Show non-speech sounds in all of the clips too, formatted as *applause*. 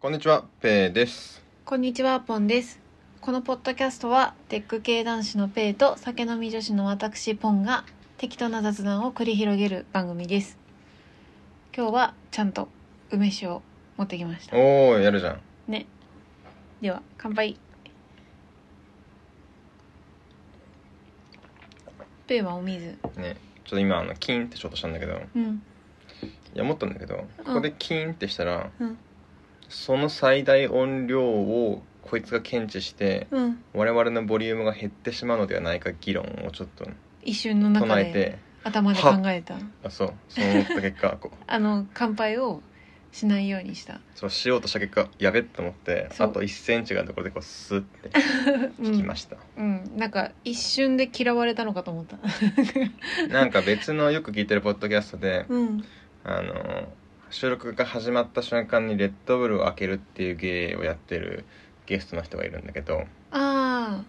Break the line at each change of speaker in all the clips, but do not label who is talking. こんにちは、ペイです。
こんにちは、ポンです。このポッドキャストは、テック系男子のペイと酒飲み女子の私、ポンが適当な雑談を繰り広げる番組です。今日はちゃんと梅酒を持ってきました。
おー、やるじゃん。
ね。では、乾杯。ペイはお水。
ね。ちょっと今、あの、キーンってちょっとしたんだけど、い
うん。
や、思ったんだけど、ここでキーンってしたら、
うん。
その最大音量をこいつが検知して、
うん。
我々のボリュームが減ってしまうのではないか議論をちょっと
一瞬の中
唱え
で
て、
頭で考えた。
あ、そう、そう思った結果、こう、
あの、乾杯をしないようにした。
そうしようとした結果、やべっと思って、
そう
あと1センチがところでこう、スッて
うん
引きました。
うん、なんか一瞬で嫌われたのかと思った。
なんか別のよく聞いてるポッドキャストで、
うん、
あの収録が始まった瞬間にレッドブルを開けるっていう芸をやってるゲストの人がいるんだけど
*laughs* あ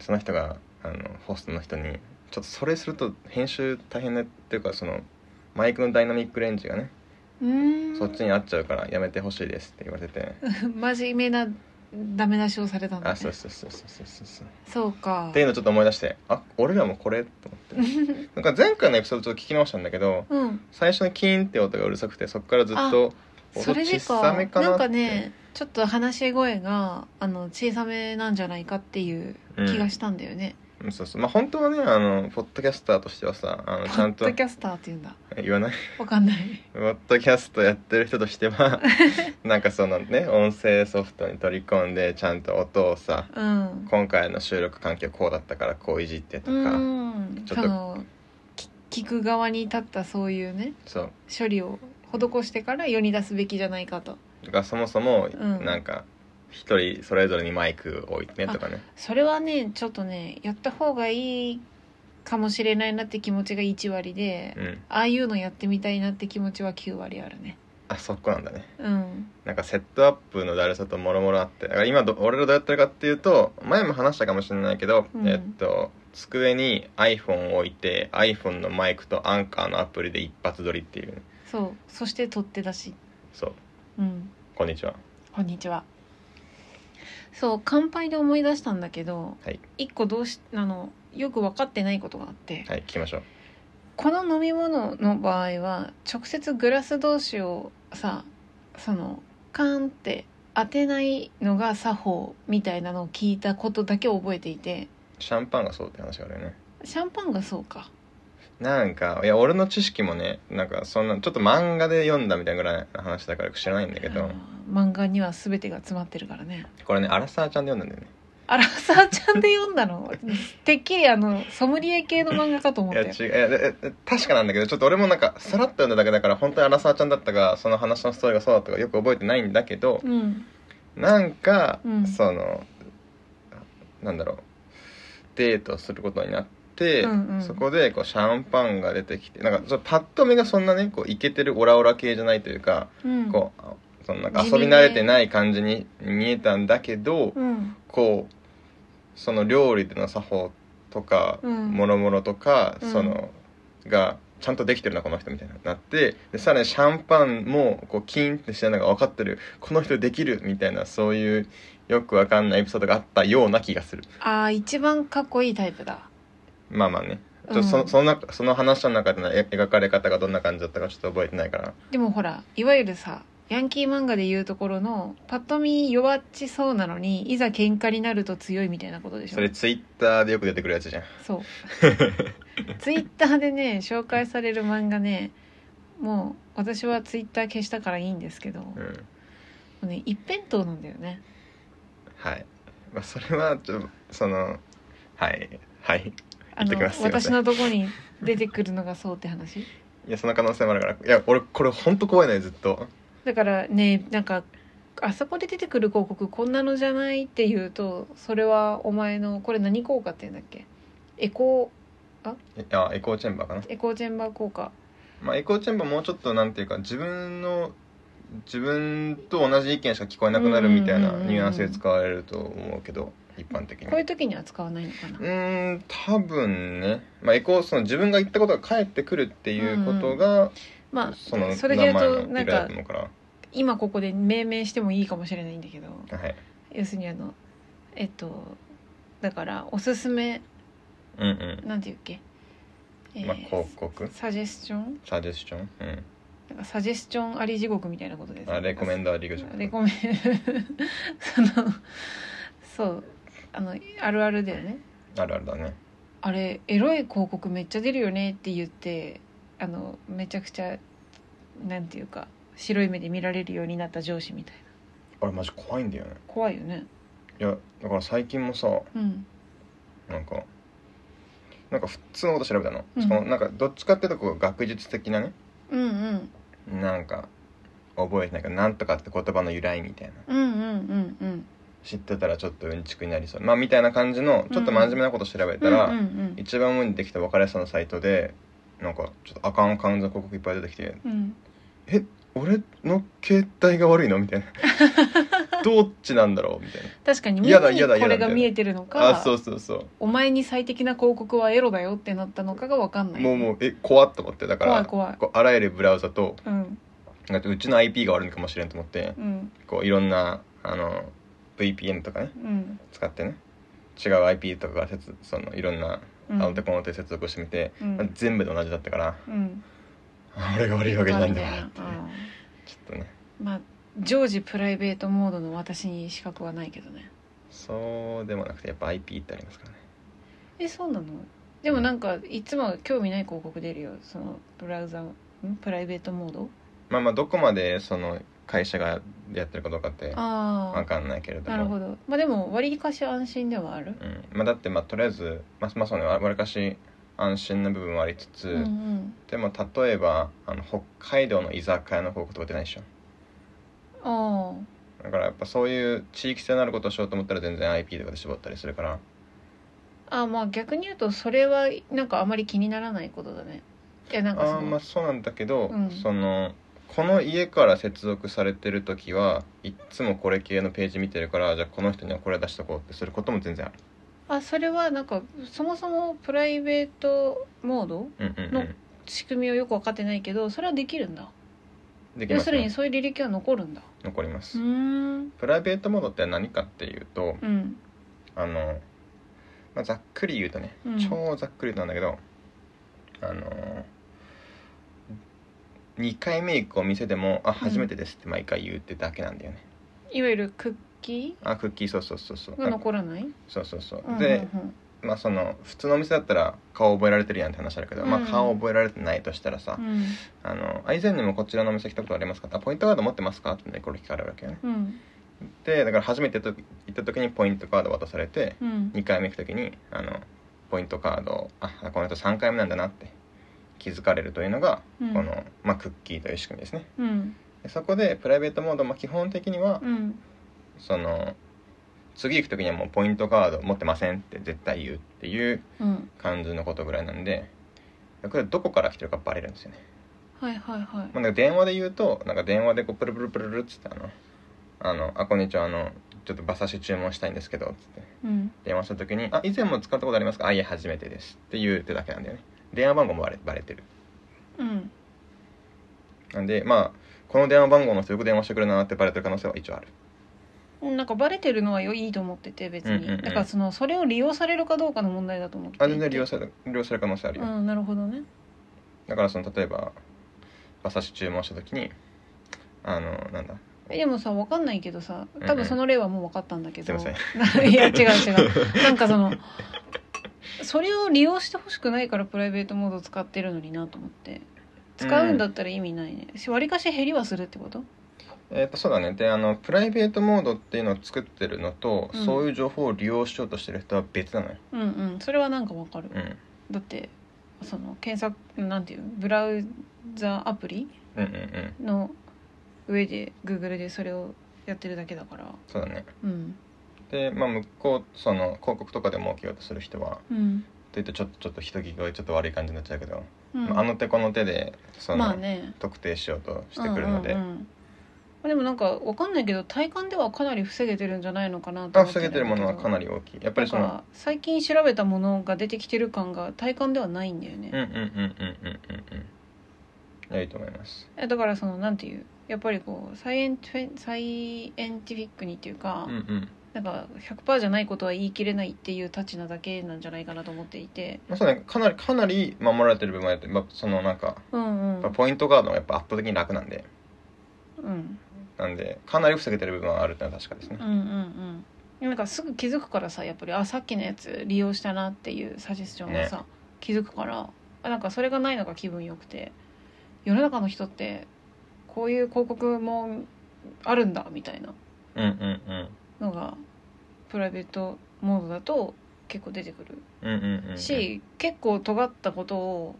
その人があのホストの人に「ちょっとそれすると編集大変ね」っていうかそのマイクのダイナミックレンジがね
あ、うーん。
そっちに合っちゃうからやめてほしいですって言われてて
真面目なダメ出しをされたんだ、ね。
あそうそうそうそうそうそうそう
そうか
ってい。うのをちょっと思い出してあ俺らもこれと思って
*laughs*
なんか前回のエピソードちょっと聞き直したんだけど
うん、
最初のキーンって音がうるさくてそっからずっと
それで
音小さ
か
めかなって
なんかね、ちょっと話し声があの小さめなんじゃないかっていう
うん
気がしたんだよね。
うんそうそうまあ本当はねあのポッドキャスターとしてはさあのち
ポ
ゃん
ッ
と
ドキャスターって言うんだ。
言わない *laughs*
わかんない。
ポッドキャストやってる人として
*laughs*
はなんかそのね音声ソフトに取り込んでちゃんと音をさ
うん。
今回の収録環境こうだったからこういじってと
う
か、
ん。
ちょっ
そ
と
のき聞く側に立ったそういうね
そう
処理を施してから世に出すべきじゃないかと。
だからそもそも
うん
なんか一人それぞれにマイク置いてねとかね
それはねちょっとねやった方がいいかもしれないなって気持ちが1割で、
うん
ああいうのやってみたいなって気持ちは9割あるね
あそこなんだね
うん
なんかセットアップのだるさともろもろあってだから今ど俺らどうやってるかっていうと前も話したかもしれないけど、
うん
えっと机に iPhone を置いて iPhone のマイクとアンカーのアプリで一発撮りっていう
そうそして取って出し
そう
うん
こんにちは
こんにちはそう乾杯で思い出したんだけど、
はい
一個どうしあのよく分かってないことがあって、
はい聞きましょう
この飲み物の場合は直接グラス同士をさそのカーンって当てないのが作法みたいなのを聞いたことだけ覚えていて
シャンパンがそうって話があるよね
シャンパンがそうか
なんかいや俺の知識もねなんかそんなちょっと漫画で読んだみたいなぐらいの話だから知らないんだけ
あ
ど
ー漫画には全てが詰まってるからね
これねアラサーちゃんで読んだんだよね
アラサーちゃんで読んだの *laughs* てっきりあのソムリエ系の漫画かと思
い
っ
や
た
違
よ
ういやええ確かなんだけどちょっと俺もなんかさらっと読んだだけだから本当にアラサーちゃんだったかその話のストーリーがそうだったかよく覚えてないんだけど
うん
なんか、
うん
そのなんだろうデートすることになって、
うんうん
そこでこうシャンパンが出てきてなんかちょっとパッと目がそんなねこうイケてるオラオラ系じゃないというか、
うん
こうあそのなんか
地
遊
味ね
び慣れてない感じに見えたんだけど、
うん
こうその料理での作法とか、
うん
もろもろとか、
うん
そのがちゃんとできてるなこの人みたいになってでさらにシャンパンもこうキーンってしてるのが分かってるこの人できるみたいなそういうよくわかんないエピソードがあったような気がする
ああ一番かっこいいタイプだ
まあまあねちょそ
うん
のその中その話の中でのえ描かれ方がどんな感じだったかちょっと覚えてないから
でもほらいわゆるさヤンキー漫画でいうところのパッと見弱っちそうなのにいざ喧嘩になると強いみたいなことでしょ
それツイッターでよく出てくるやつじゃん *laughs*
そうツイッターでね紹介される漫画ねもう私はツイッター消したからいいんですけど、も
うん
うね、一辺倒なんだよね
はい、まあ、それはちょっとそのはいはい
あ
言っと
の
きますすいませ
私
ん
のとこに出てくるのがそうって話
いやその可能性もあるからいや俺これほんと怖いねずっと
だからねなんかあそこで出てくる広告こんなのじゃないって言うとそれはお前のこれ何効果って言うんだっけエコ
えあエコーチェンバーかな、
エコーチェンバー効果
まあ、エコーチェンバーもうちょっとなんていうか自分の自分と同じ意見しか聞こえなくなるみたいな
うんうんうんうん
ニュアンスで使われると思うけど一般的に
こういう
う
時には使わないのかな
ーん多分ね、まあ、エコーその自分が言ったことが返ってくるっていうことが、
まあ
その
それで言う
名前の
とな
由来
ん
だ
か
と思うから
今ここで命名してもいいかもしれないんだけど
はい
要するにあのえっとだからおすすめ
うんう
なんていうっけ、え
んまあ
ー
広告
サジェスション
サジェスションうん
なんかサジェスションあり地獄みたいなことです
あレコメンドアリーグジョ
レコメン *laughs* そのそうあのあるあるだよね
あるあるだね
あれエロい広告めっちゃ出るよねって言ってあのめちゃくちゃなんていうか白い目で見られるようになった上司みたい
あ
な
れマジ怖いんだよね
怖いよね
いやだから最近もさ
うん
なんかなんか普通のこと調べたの、
うん
そのなんかどっちかっていうとこう学術的なね
うんうん
なんか覚えてないけどなんとかって言葉の由来みたいな
うんうんうんうん
知ってたらちょっとうんちくになりそうまあみたいな感じのちょっと真面目なこと調べたら、
うんうん
一番上にできた別れそうなサイトでなんかちょっとアカンカウントの広告いっぱい出てきて
うんうん
「俺の携帯が悪いの?」みたい
*laughs*
な「どっちなんだろう?」みたいな
確かにみん
嫌だ
なに
嫌だ嫌だ
これ
みたい
が
な
見えてるの
あ
か
そうそうそ
お前に最適な広告はエロだよってなったのかが分かん
う
ない
もうもうえ怖っと思ってだから
怖い怖い
こうあらゆるブラウザと
うん
なんかうちの IP が悪いのかもしれんと思って
うん
こういろんなあの VPN とかね
うん
使ってね違う IP とかが接そのいろんな
うん
アウトコンテ接続してみて、
うん
まあ全部で同じだったから
うん
あ俺が悪いわけじゃないんだな
み
って
たいなうん
ちょっとね
まあ常時プライベートモードの私に資格はないけどね
そうでもなくてやっぱ IP ってありますからね
えそうなのでもなんかいつもは興味ない広告出るよそのブラウザんプライベートモード
まあまあどこまでその会社がやってるかどうかって
あ
わ
あ
かんないけれども
なるほどまあでも割りかし安心ではある
うんまあ、だってまあとりあえずまあまあそうねわわりかし安心な部分はありつつ、
うんうん
でも例えばあの北海道の居酒屋の広告とか出ないでしょ
ああ
だからやっぱそういう地域性のあることをしようと思ったら全然 IP とかで絞ったりするから
あーまあ逆に言うとそれはなんかあまり気にならないことだねいやなんか
あ
そ
あま
の
あそうなんだけど、
うん
そのこの家から接続されてる時はいっつもこれ系のページ見てるからじゃあこの人にはこれ出しとこうってすることも全然ある
あそれはなんかそもそもプライベートモード
うんうん、
の
う
仕組みをよく分かってないけどそれはできるんだ
ん、でき
要
ますす
るに
ね
そういう履歴は残るんだ
残ります、
ん
プライベートモードって何かっていうと
うん
あの、まあ、ざっくり言うとね、
うん
超ざっくり言うとなんだけどあの2回目以降店でも「あ初めてです」って毎回言うってだけなんだよね、
いわゆるクッキ
あクッキーそうそうそうそう
ーが残らない
そうそうそう、
うん
で
うんうん
まあその普通のお店だったら顔覚えられてるやんって話あるけど、まあ
うん
顔覚えられてないとしたらさ「
うん
あのあ以前にもこちらのお店来たことありますか?」あポイントカード持ってますか?」ってねこれ聞かれるわけよね
うん
でだから初めてと行った時にポイントカード渡されて
うん
2回目行く時にあのポイントカードをあこの人3回目なんだなって気づかれるというのが、
うん
この、まあ、クッキーという仕組みですね
うん
でそこでプライベートモード、まあ、基本的には、
うん
その次行く時にはもうポイントカード持ってませんって絶対言うっていう
うん
感じのことぐらいなんでこれどこから来てるかバレるんですよね、
はいはいはい
まあ、なんか電話で言うとなんか電話でこうプルプルプルプルっつってあの「あのあこんにちはあのちょっと馬刺し注文したいんですけど」つって
うん
電話した時に「あ以前も使ったことありますか?」「あいえ初めてです」って言うってだけなんだよね電話番号もバレバレてる
うん
なんでまあこの電話番号の人よく電話してくるなってバレてる可能性は一応ある
なんかバレてるのはよいいと思ってて別に、
うんうんうん
だからそのそれを利用されるかどうかの問題だと思っていて
あ全然利用される利用される可能性あるよ、
うんなるほどね
だからその例えば馬刺し注文した時にあのなんだ
えでもさ分かんないけどさ
んうん
多分その例はもう分かったんだけど、
すいま
*laughs* いや違う違うなんかそのそれを利用してほしくないからプライベートモード使ってるのになと思って使うんだったら意味ないねし割りかし減りはするってこと
えっとそうだねであのプライベートモードっていうのを作ってるのと、
うん
そういう情報を利用しようとしてる人は別なのよ、
うんうんそれはなんか分かる
うん、
だってその検索なんていうのブラウザアプリ
うんうんうん
の上で Google でそれをやってるだけだから
そうだね
うん
でまあ向こうその広告とかで儲けようとする人は
うん、
というとちょっとちょっと人聞こえちょっと悪い感じになっちゃうけど、
うん、
まああの手この手でその、
まあね
特定しようとしてくるので、
うんうんうんまあでもなんかわかんないけど体感ではかなり防げてるんじゃないのかなと
あ
思
防げてるものはかな
り
り大きいやっぱりそ
だか
の
ら最近調べたものが出てきてる感が体感ではないんだよ
うん
ね、
うんうんうんうんうんうんいやいいと思います
えだからそのなんていうやっぱりこうサイエンティフェサイエンティフィックにっていうか、
うんうん
なんか100%じゃないことは言い切れないっていう立ちなだけなんじゃないかなと思っていて
まあ、そうねかなりかなり守られてる部分はやって、まあ、そのなんか、
うんう
まあ
ん
ポイントガードがやっぱ圧倒的に楽なんで
うん
なんでかなり防げてる部分はあるってのは確かですね
うんうんうんなんかすぐ気づくからさやっぱりあさっきのやつ利用したなっていうサジェスチョンがさ、気づくからあなんかそれがないのが気分よくて世の中の人ってこういう広告もあるんだみたいな
うんうんうん
のがプライベートモードだと結構出てくる
うんうんうん
し、結構尖ったことを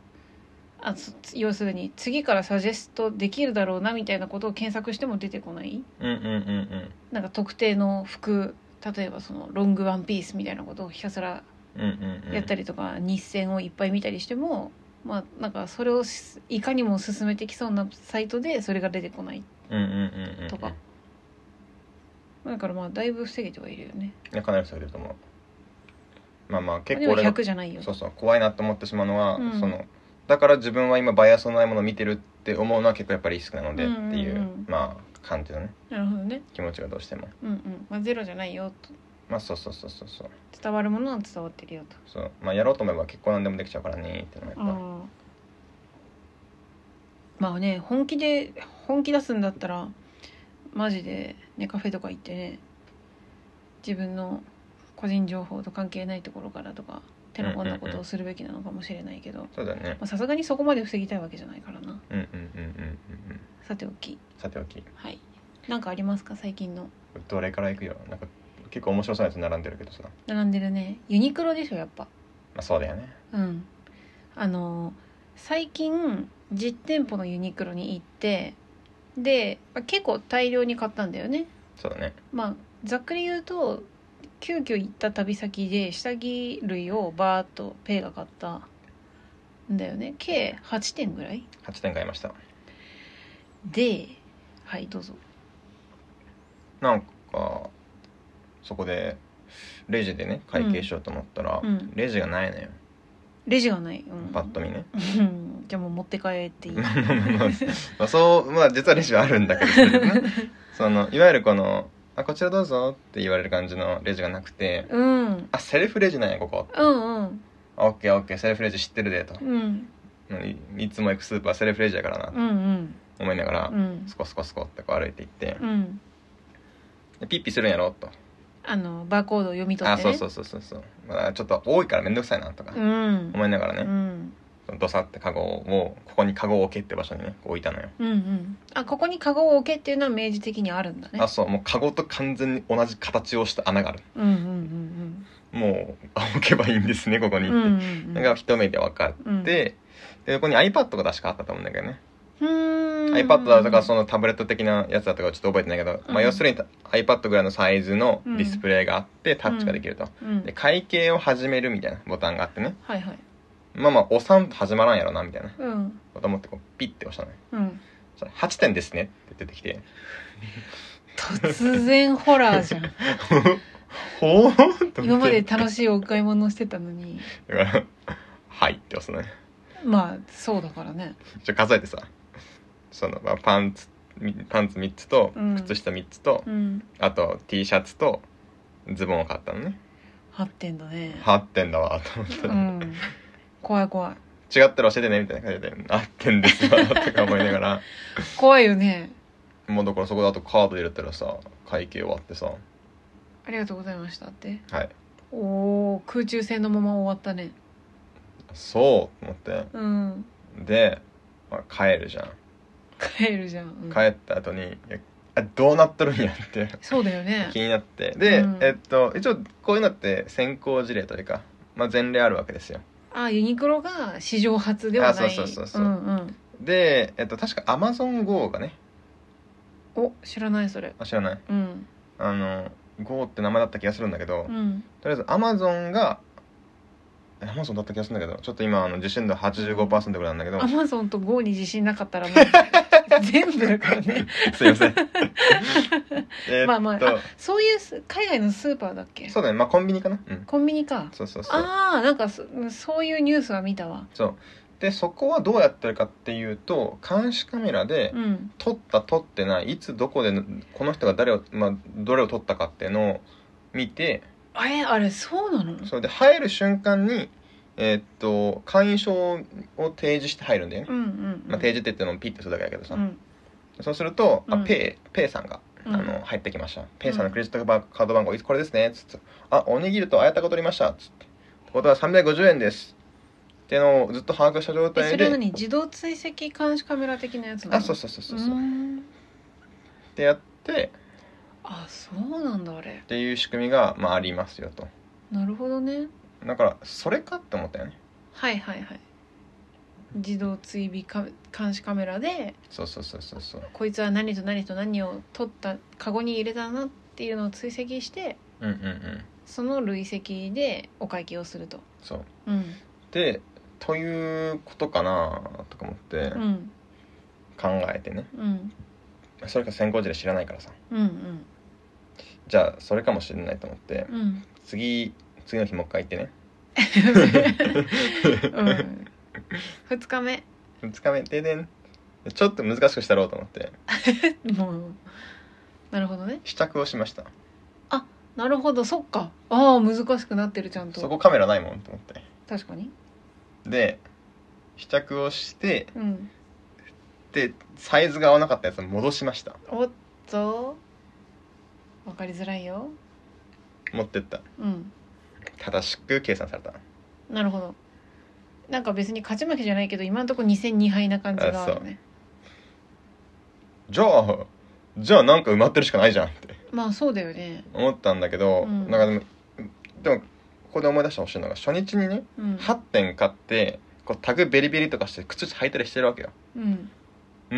あそ要するに次からサジェストできるだろうなみたいなことを検索しても出てこない
うんうんうんうん
なんか特定の服例えばそのロングワンピースみたいなことをひたすら
うんうんうん
やったりとか、日線をいっぱい見たりしてもまあなんかそれをしいかにも進めてきそうなサイトでそれが出てこない
うんうんうんうん
とかだからまあだいぶ防げてはいるよね
いやかなり防げてると思うまあまあ結
で
構
も
俺が
100じゃないよ
そうそう怖いなと思ってしまうのは、
うん
そのだから自分は今バイアスのないものを見てるって思うのは結構やっぱりリスクなのでっ
う
て
んうんうん
いう,、まあ感じのね
なるほどね
気持ちがどうしても
うんうん、まあ、ゼロじゃないよと
まあそうそうそうそうそう
伝わるものは伝わってるよと
そうまあやろうと思えば結構何でもできちゃうからねっていうのがやっぱ
あまあね本気で本気出すんだったらマジで、ね、カフェとか行ってね自分の個人情報と関係ないところからとか手の込んだことをするべきなのかもしれないけどま
そうだよね
あさすがにそこまで防ぎたいわけじゃないからな
うんうんうんうんうんうん
さておき
さておき
はいなんかありますか最近の
どれからいくよなんか結構面白そうなやつ並んでるけどさま
並んでるねユニクロでしょやっぱ
あそうだよね
うんあの最近実店舗のユニクロに行ってでまあ結構大量に買ったんだよね
そうだね
まあざっくり言うと急遽行った旅先で下着類をバーッとペイが買ったんだよね計8点ぐらい
8点買いました
ではいどうぞ
なんかそこでレジでね会計しようと思ったら、
うんうん
レジがないのよ
レジがない、うん、
パッと見ね、 *laughs*
うんじゃあもう持って帰っていい
まあまあまあまあそうまあ実はレジはあるんだけどそれ
*laughs*
ねそのいわゆるこの「あこちらどうぞ」って言われる感じのレジがなくて
うんうん
「あセルフレジなんやここ
うん」
あ「オッケーオッケーセルフレジ知ってるで」と
うん
い「いつも行くスーパーセルフレジやからな」
うんうん
思いながら、
うん
スコスコスコってこう歩いていって
うん
「でピッピするんやろ」と
あのバーコードを読
「
み取
あ
って
そ
ね
うそうそうそうそう、まあ、ちょっと多いからめんどくさいな」とか
うん
思いながら
う
ね、
ん
どさってカゴをここにカゴを置けって場所にねこう置いたのよ。
うんうんあここにカゴを置けっていうのは明示的にあるんだね
あそうもうカゴと完全に同じ形をした穴がある
うんうん
もうあ置けばいいんですねここ
うん
に
う
っ
ん
て、
うんうん
だから一目で分かって、
うん
でここに iPad が確かあったと思うんだけどね、
うーん
iPad だとかそのタブレット的なやつだとかちょっと覚えてないけど、
うん
まあ、要するに iPad ぐらいのサイズのディスプレイがあってタッチができると、
うん
で会計を始めるみたいなボタンがあってね
はいはい
まあまあ押さんと始まらんやろなみたいな
うん
こと思ってこうピッて押したのよ
うん
そしたら8点ですね」って出てき *laughs* て
突然ホラーじゃ *laughs* ん
「ほーん」と思って
今まで楽しいお買い物をしてたのに
だから「はい」って押すのね
まあそうだからね
ちょ数えてさその、まあ、パンツみパンツ3つと
うん
靴下3つと、
うん
あと T シャツとズボンを買ったのね
8点だね
合ってんだわと思って、
うん怖い怖い
違ったら教えてねみたいな感じで合ってんですわとか思いなが
*laughs*
ら
怖いよね
もうだからそこであとカード入れたらさ会計終わってさは
ありがとうございましたって
い
おお空中戦のまま終わったね
そうと思って
うん
で、まあ帰るじゃん
帰るじゃん、うん
帰った後にいやあどうなっとるんやって
そうだよね
気になってで、
うん
えっと一応こういうのって先行事例というか、まあ、前例あるわけですよ
あユニクロが史上初ではない
あそうそうそうそうん
うん、
で、えっと、確か AmazonGO がね
お知らないそれ
あ知らない
うん
あの GO って名前だった気がするんだけど、
う
と
ん
りあえず Amazon が Amazon だった気がするんだけどちょっと今あの自信度85%ぐらいなんだけど
アマゾンと GO に自信なかったら
*laughs*
もう全部だからね
すいませんえっと
*laughs* まあまああそういうす海外のスーパーだっけ
そうだねまあコンビニかなうん
コンビニか
そうそうそう
ああなんかそそういうニュースは見たわ
そうでそこはどうやってるかっていうと監視カメラで
うん
撮った撮ってないいつどこでこの人が誰を、まあ、どれを撮ったかっていうのを見て
あれあれそうなの
それで入る瞬間に、えーっと会員証を提示して入るんだよね、
うんうんうん
まあ、提示って言ってもピッてするだけだけどさ、
うん
そうすると「あ
うん
ペイペイさんが
うん
あの入ってきました、ペイさんのクレジットカード番号いつこれですね」つって「あおにぎりとあやたこ取りました」つって「ってことは350円です」っていうのをずっと把握した状
えそ
態
れは
で
何自動追跡監視カメラ的なやつなの
あそうそうそうそうそう
ー
っ
ん
てやって
あそうなんだあれ
っていう仕組みが、まあ、ありますよと
なるほどね
だからそれかって思ったよね
はいはいはい自動追尾か監視カメラで
そうそうそうそうそう
こいつは何と何と何を取ったカゴに入れたなっていうのを追跡して
うんうんうん
その累積でお会計をすると
そう
うん
でということかなとか思って
うん
考えてね
うん
それか先行事例知らないからさ
うんうん
じゃあそれかもしれないと思って
うん
次次の日もう一回行ってね *laughs*
うん2日目
2日目停電ちょっと難しくしたろうと思って
もうなるほどね
試着をしました
なるほどそっかああ難しくなってるちゃんと
そこカメラないもんと思って
確かに
で試着をして
うん
でサイズが合わなかったやつを戻しました
おっとわかりづらいよ
持ってった
うん
正しく計算された
なるほどなんか別に勝ち負けじゃないけど今のところ2戦2敗な感じがあるね
じゃあじゃあなんか埋まってるしかないじゃんって
まあそうだよね
思ったんだけど、
うん
なんかでもでもここで思い出してほしいのが初日にね
うん、
8点買ってこうタグベリベリとかして靴下履いたりしてるわけよ
うん、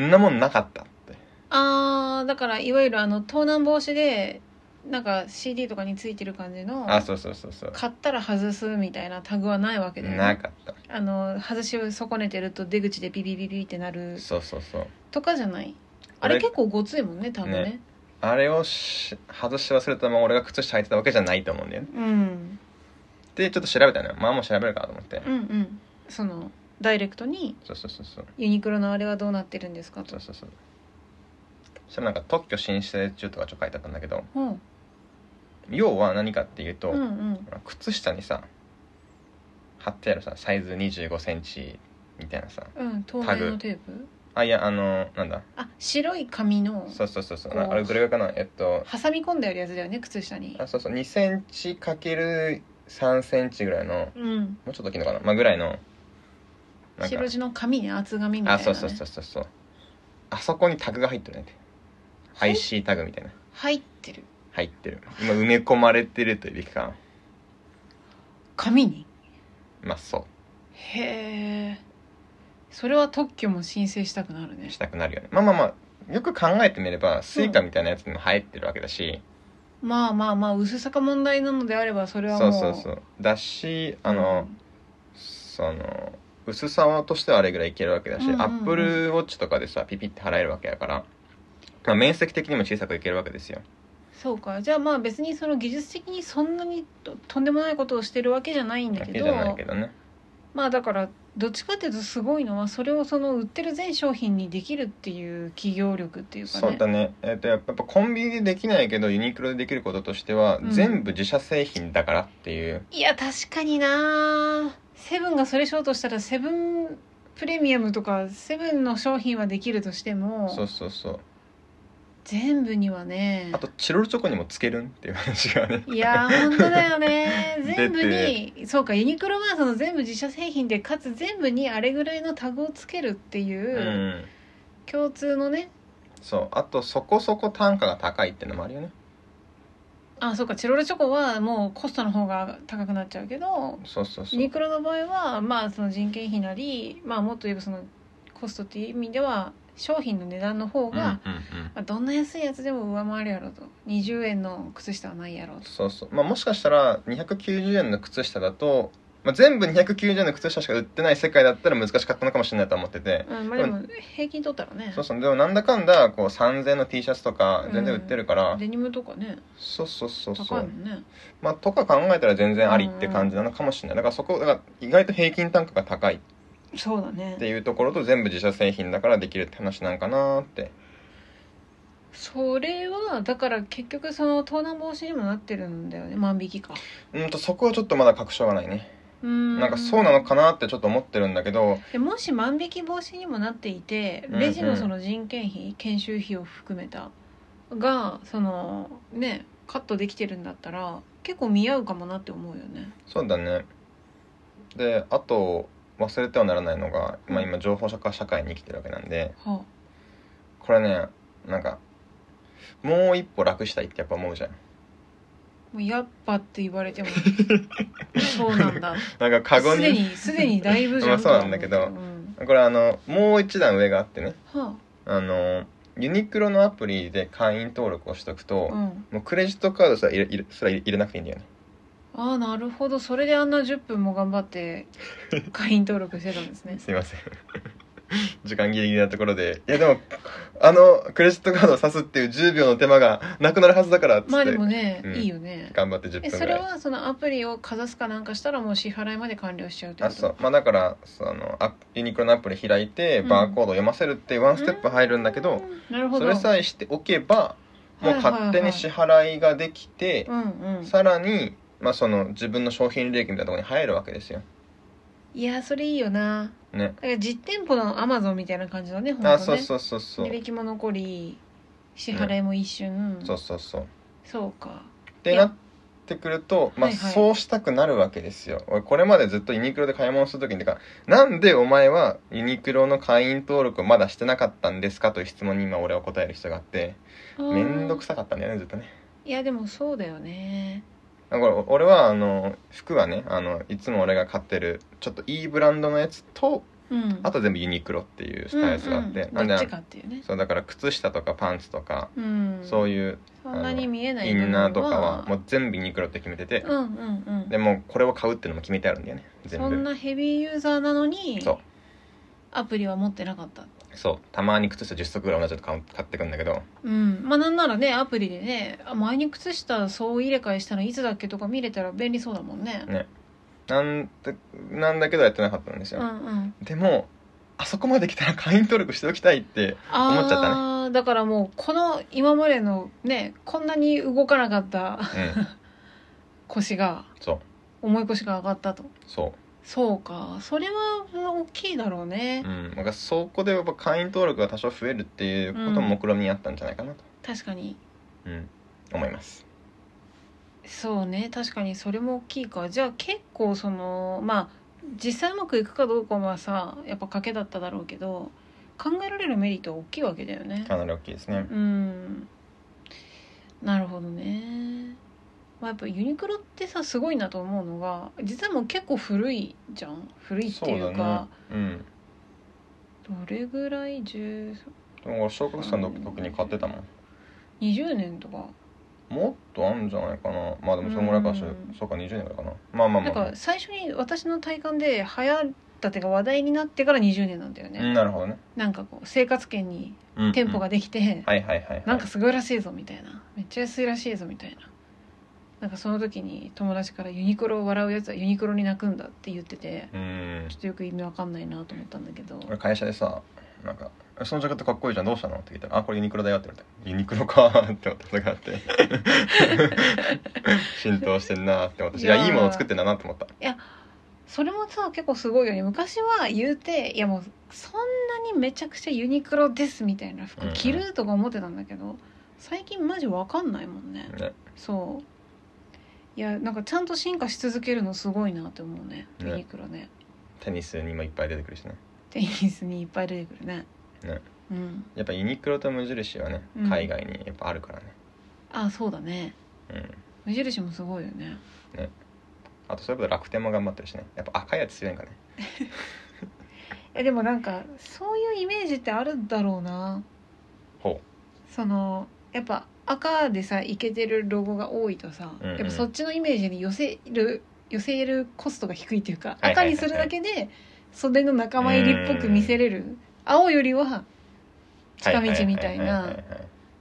んなもんなかったって
あーだからいわゆるあの盗難防止でなんか CD とかについてる感じの
あそうそうそうそう
買ったら外すみたいなタグはないわけだよね
なかった
あの外しを損ねてると出口でビビビビってなる
そうそうそう
とかじゃないあ
あ
れ
れ
結構ごついもんね多分ね
ねあれをし外し忘れたまま俺が靴下履いてたわけじゃないと思うんだよね
うん、
でちょっと調べたのよまあもう調べるかと思って、
うんうんそのダイレクトに
そうそうそうそう
ユニクロのあれはどうなってるんですか
そ
と
うそうそうそしたらなんか特許申請中とかちょっと書いてあったんだけど
うん
要は何かっていうと、
うんうん
靴下にさ貼ってあるさサイズ2 5ンチみたいなさ
うん透明
タグ
のテープ
あいやあのなんだ
あ白い紙の
そうそうそうそう
こう
なあれどれぐらいかなえっと
挟み込んであるやつだよね靴下に
あそうそう2センチかける3センチぐらいの
うん
もうちょっと大きいのかなまあぐらいのなんか
白地の紙ね厚紙みたい
あ
な、ね、
そうそうそうそうそうあそこにタグが入ってるねって
はい
IC タグみたいな
入ってる
入ってる今埋め込まれてるというべきか
紙に
まあそ
へえそれは特許も申請したくなる
う
ね
したくなるよねまあまあまあよく考えてみればスイカみたいなやつにも入ってるわけだし、
まあまあまあ薄さが問題なのであればそれは
そ
もう
うそうそうだしあ
う
の、
ん
その薄さとしてはあれぐらいいけるわけだし、
うんうんうん
アップルウォッチとかでさピピって払えるわけやから、まあ、面積的にも小さくいけるわけですよ
そうかじゃあまあ別にその技術的にそんなにととんでもないことをしてるわけじゃないんだ
わ
け
け
ど
じゃないけどね
まあだからどっちかっていうとすごいのはそれをその売ってる全商品にできるっていう企業力っていうかね
そうだね、えっとやっぱやっぱコンビニでできないけどユニクロでできることとしては、
うん
全部自社製品だからっていう
いや確かになセブンがそれしようとしたらセブンプレミアムとかセブンの商品はできるとして
そ
も
うそうそう
全部にはね
あとチロルチョコにもつけるんっていう話がね
いやー本当だよ
*laughs*
ね
出て
全部にそうかユニクロがその全部自社製品でかつ全部にあれぐらいのタグをつけるっ
*laughs*
て
う
いうん共通のね、
そうあとそこそこ単価が高いっていうのもあるよね
あそうかチロルチョコはもうコストの方が高くなっちゃうけど
そうそうそ
ユ
う
ニクロの場合はまあその人件費なり、まあ、もっと言えばそのコストっていう意味では商品の値段の
う
方
んうんうん
が、まあ、どんな安いやつでも上回るやろと20円の靴下はないやろと
そうそうまあもしかしたら290円の靴下だと、まあ、全部290円の靴下しか売ってない世界だったら難しかったのかもしれないと思ってて
うんまあでも平均取ったらね
そうそうでもなんだかんだこう3000円の T シャツとか全然売ってるから、
デニムとかね
そうそうそうそ
高いうもんね
まあ、とか考えたら全然ありって感じなのかもしれないだからそこだから意外と平均単価が高い
そうだね
っていうところと全部自社製品だからできるって話なんかなって
それはだから結局その盗難防止にもなってるんだよね万引きか
うんとそこはちょっとまだ確証がないね
うん
なんかそうなのかなってちょっと思ってるんだけど
でもし万引き防止にもなっていて
うんうん
レジのその人件費、研修費を含めたがそのねカットできてるんだったら結構見合うかもなって思うよね
そうだねであと忘れてはならないのが、まあ、今情報社会社会に生きてるわけなんで
は
これねなんかもう一歩楽したいってやっぱ思うじゃん
あもうやっぱって言われ
*laughs*
てもそうなんだ
なんかカゴ
すで
に
にすでにだいぶじ
ま
ゃ
あ
ん
そうなんだけど
とは思ううん
これあのもう一段上があってね
は
あのユニクロのアプリで会員登録をしとくと
あ、、うん、
もうクレジットカードすら入れ入れすら入れ入れなくていいんだよね *laughs*
ああなるほどそれであんな10分も頑張って会員登録してたん
*laughs*
ですね
すいません時間ギリギリなところでいやでもあのクレジットカードを挿すっていう10秒の手間が *laughs* なくなるはずだからっつって、
まあでもね、
うん
いいよね
頑張って10分
えそ
ぐ
れ
らい
はそのアプリをかざすかなんかしたらもう支払いまで完了しちゃうってこ
あ
と
そうまあだからそのアユニクロのアプリ開いて
うん
バーコードを読ませるっていうワンステップ入るんだけど、
なるほ
そ
ど
れさえしておけばもう勝手に支払いができて、
うんうん
さらに、まあ、その自分の商品利益みたいなところに入るわけですよ
いやそれいいよな
ね
だから実店舗のアマゾンみたいな感じだね本当ね
あそうそうそうそう
履歴も残り支払いも一瞬、
そうそうそうっ
そうか
てなってくると、まあ、
はいはい
そうしたくなるわけですよ俺これまでずっとユニクロで買い物する時にてかなんでお前はユニクロの会員登録をまだしてなかったんですかという質問に今俺は答える必要があってめんどく
さ
さかったんだよねずっとね
いやでもそうだよね
だから俺はあの服はねあのいつも俺が買ってるちょっといいブランドのやつと
うん
あと全部ユニクロっていうしたやつがあって、
うんうん、ど
な
っ
ん
ち
で
かっていうね
そうだから靴下とかパンツとか、
うん
そういう
そんなに見えない
イ
部分
ンナーとかはもう全部ユニクロって決めてて、
うんうんうん
でもうこれを買うっていうのも決めてあるんだよね全
そん
部
なヘビーユーザーなのに
そう
アプリは持ってなかった
そうたまに靴下10足ぐらい同じやつ買う買ってくんだけど
うんまあなんならねアプリでねあ前に靴下そう入れ替えしたのいつだっけとか見れたら便利そうだもんね
ねなんだなんだけどやってなかったんです
う
よ、
んうん
でもあそこまで来たら会員登録しておきたいって
あ
思っちゃったね
あーだからもうこの今までのねこんなに動かなかった *laughs*
うん
腰が
そう
重い腰が上がったと
そ
そうかそれは大きいだろうね
う、うん、なんかそこでやっぱ会員登録が多少増えるっていうことも目論みにあったんじゃないかなと、
確かに
うん、思います
そうね確かにそれも大きいかじゃあ結構そのまあ実際うまくいくかどうかはさやっぱ賭けだっただろうけど考えられるメリットは大きいわけだよね
かなり大きいですね
うんなるほどね、まあ、やっぱユニクロってさすごいなと思うのが実はもう結構古いじゃん古いって
そ
いう
だ
うか
ねうん
どれぐらい10
でも俺小学生の時に買ってたもん
20年とか
もっとあんじゃないかなまあでもそのぐらいかしら
うん
そうか20年ぐらいかなまあまあ
なん
まあ
か最初に私の体感で流行ったっていうか話題になってから20年なんだよね、
うんなるほどね
なんかこう生活圏に
うん
店舗ができて、
うんはいはいはいはい
なんかすごいらしいぞみたいなめっちゃ安いらしいぞみたいななんかその時に友達から「ユニクロを笑うやつはユニクロに泣くんだ」って言ってて
うん
ちょっとよく意味わかんないなと思ったんだけど
俺会社でさなんか「そのジャケットかっこいいじゃんどうしたの?」って聞いたら「あこれユニクロだよ」って言われて「ユニクロか」って思ったことがあって
*laughs*
浸透してんなって思ったしい
いやー
やいいものを作ってんだなって思った
それもさ結構すごいよね昔は言うていやもうそんなにめちゃくちゃユニクロですみたいな
うん
服
うん
着るとか思ってたんだけど、最近マジわかんないもんね
ね
そういやなんかちゃんと進化し続けるのすごいなって思うね
ね
ユニクロね
テニスにもいっぱい出てくるしね
テニスにいっぱい出てくるね
ね
うん
やっぱユニクロと無印はね
うん
海外にやっぱあるからね
あそうだね
うん
無印もすごいよね
あとそういうこと楽天も頑張ってるしねやっぱ赤いやつ強いんかね
えでもなんかそういうイメージってあるんだろうな
ほ
そのやっぱ赤でさイケてるロゴが多いとさ、
うんうん
やっぱそっちのイメージに寄せる寄せるコストが低いというか
はいはいは
赤
いはい
にするだけで袖の仲間入りっぽく見せれる青よりは
う
近道みたい
ははははは
な
はい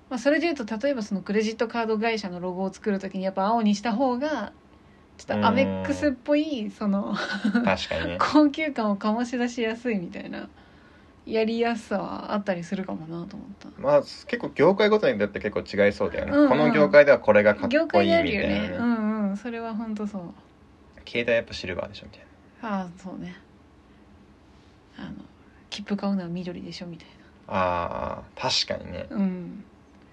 まあ、それでいうと例えばそのクレジットカード会社のロゴを作るときにやっぱ青にした方がちょっとアメックスっぽいその *laughs*
確かにね
高級感を醸し出しやすいみたいなやりやすさはあったりするかもなと思った
まあ結構業界ごとにだって結構違いそうだよね、
うんうん
この業界ではこれがかっ
業
こい
界
いみ
で
た
あ
いな
るよねう
ね
んうんそれは本当そう
携帯やっぱシルバーでしょみたいな
ああそうねあの切符買うのは緑でしょみたい
あー確かにね
なうん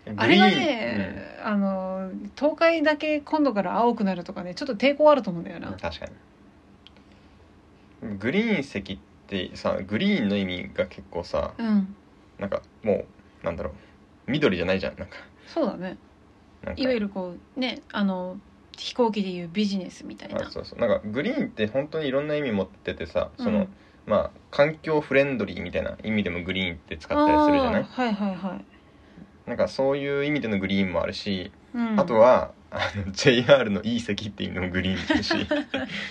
グリーン
あれがね、あの東海だけ今度から青くなるとかねちょっと抵抗あると思うんだよ
うん
な、
うん確かにグリーン席ってさグリーンの意味が結構さ
うん、
なんかもうなんだろう緑じゃないじゃんなんか
そうだね
なんか
いわゆるこうねあの飛行機でいうビジネスみたいな
あそうそうなんかグリーンって本当にいろんな意味持っててさその、
うん
まあ環境フレンドリーみたいな意味でもグリーンって使ったりするじゃな
あ
い
ーはいはいはい、
なんかそういう意味でのグリーンもあるし、
うん、
あとはあの JR のいい席っていうのもグリーンだ
*laughs*
し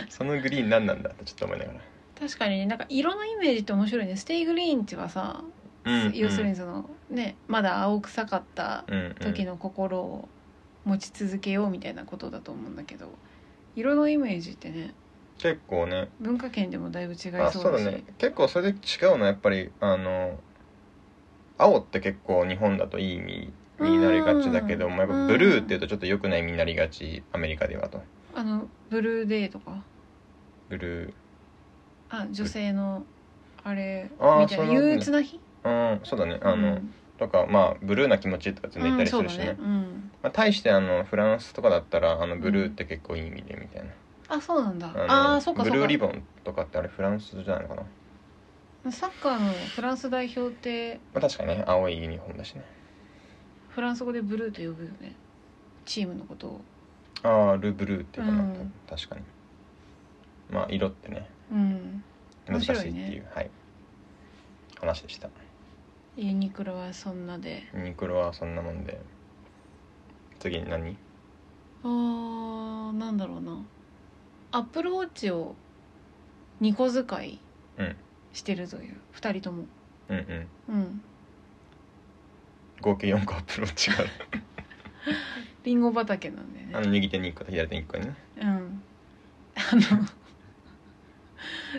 そのグリーン何なんだってちょっと思いながら、
確かにねなんか色のイメージって面白いねステイグリーンってはさ、
うんうん
要するにそのねまだ青臭かった
うんうん、
時の心を持ち続けようみたいなことだと思うんだけど色のイメージってね
結構ね
文化圏でもだいぶ違いそう
あ
だし
そうだね結構それで違うのはやっぱりあの青って結構日本だといい意味になりがちだけどもやっぱブルーっていうとちょっと良くない意味になりがちアメリカではと
あのブルーデーとか
ブルー
あ女性のあれ
あー
みたいな
その
憂鬱な日
うん、そうだねあ
う
の、
ん
とかまあブルーな気持ちとか全然言ったりするしね,、
うんそうだねうん
まあ、対してあのフランスとかだったらあのブルーって結構いい意味でみたい
あそうなんだ
な、
あ
の
あそっかそ
ブ
っ
ル
か
ーリボンとかってあれフランスじゃないのかな、ま
サッカーのフランス代表って
あ、確かにね青いユニフォームだしね
フランス語でブルーと呼ぶよねチームのことを
ああルブルーっていうかな、
うん
確かにまあ色ってね
うん
難しいっていう
面白い
はい話でした
ユニクロはそんなで
ユニクロはそんなもんで次に何
あーなんだろうなアップルウォッチを2個使い
うん
してるという、二2人とも
うんうん
うん
合計4個アップローチが
*laughs*
ある
リンゴ畑なんでね
あの右手に1個と左手に1個にね
*laughs* うんあの *laughs*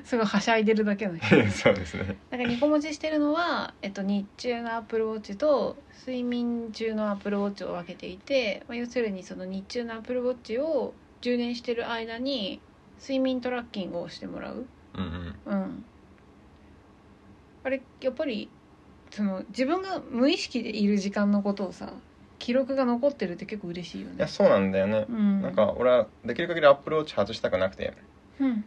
すごいはしゃいでるだけの人
そうですね
なんかニコ持ちしてるのは、えっと、日中のアップルウォッチと睡眠中のアップルウォッチを分けていて、まあ、要するにその日中のアップルウォッチを充電してる間に睡眠トラッキングをしてもらう
うんうん
うんあれやっぱりその自分が無意識でいる時間のことをさ記録が残ってるって結構嬉しいよ
いや
ね
そうなんだよね、
うん
なんか俺はできる限りアップローチ外したくなくて
うん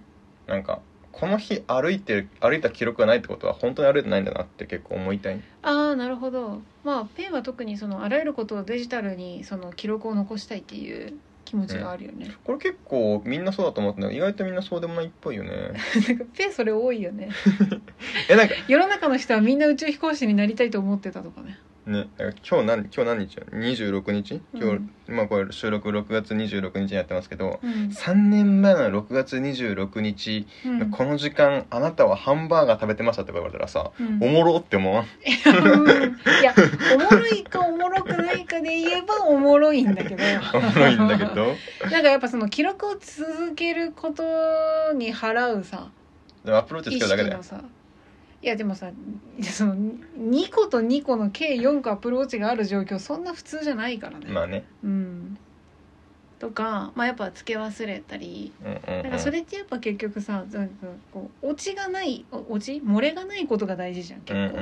なんかこの日歩いてる歩いた記録がないってことは本当に歩いてないんだなって結構思いたい
ああなるほどまあペンは特にそのあらゆることをデジタルにその記録を残したいっていう気持ちがあるよね、
これ結構みんなそうだと思ってたけど意外とみんなそうでもないっぽいよ
*laughs*
ね
なんかペンそれ多いよね
えなんか
世の中の人はみんな宇宙飛行士になりたいと思ってたとかね
ねなんか今日何今日何日よ26日今日、
うん
今これ収録6月26日にやってますけど
うん、
3年前の6月26日
うん
この時間あなたはハンバーガー食べてましたって言われたらさ
うん
おもろって思わん *laughs*
いやおもろいかおもろくないかで言えばおもろいんだけど
おもろいんだけど
なんかやっぱその記録を続けることに払うさ
でもアップローチつけるだけだ
*laughs*
よ
意識のさいやでもさその2個と2個の計4個アプローチがある状況そんな普通じゃないからね、
まあね
うんとか、まあ、やっぱつけ忘れたり
うんうん、うん、
なんかそれってやっぱ結局さなんかこう落ちがないお落ち漏れがないことが大事じゃん結
うんうん
構、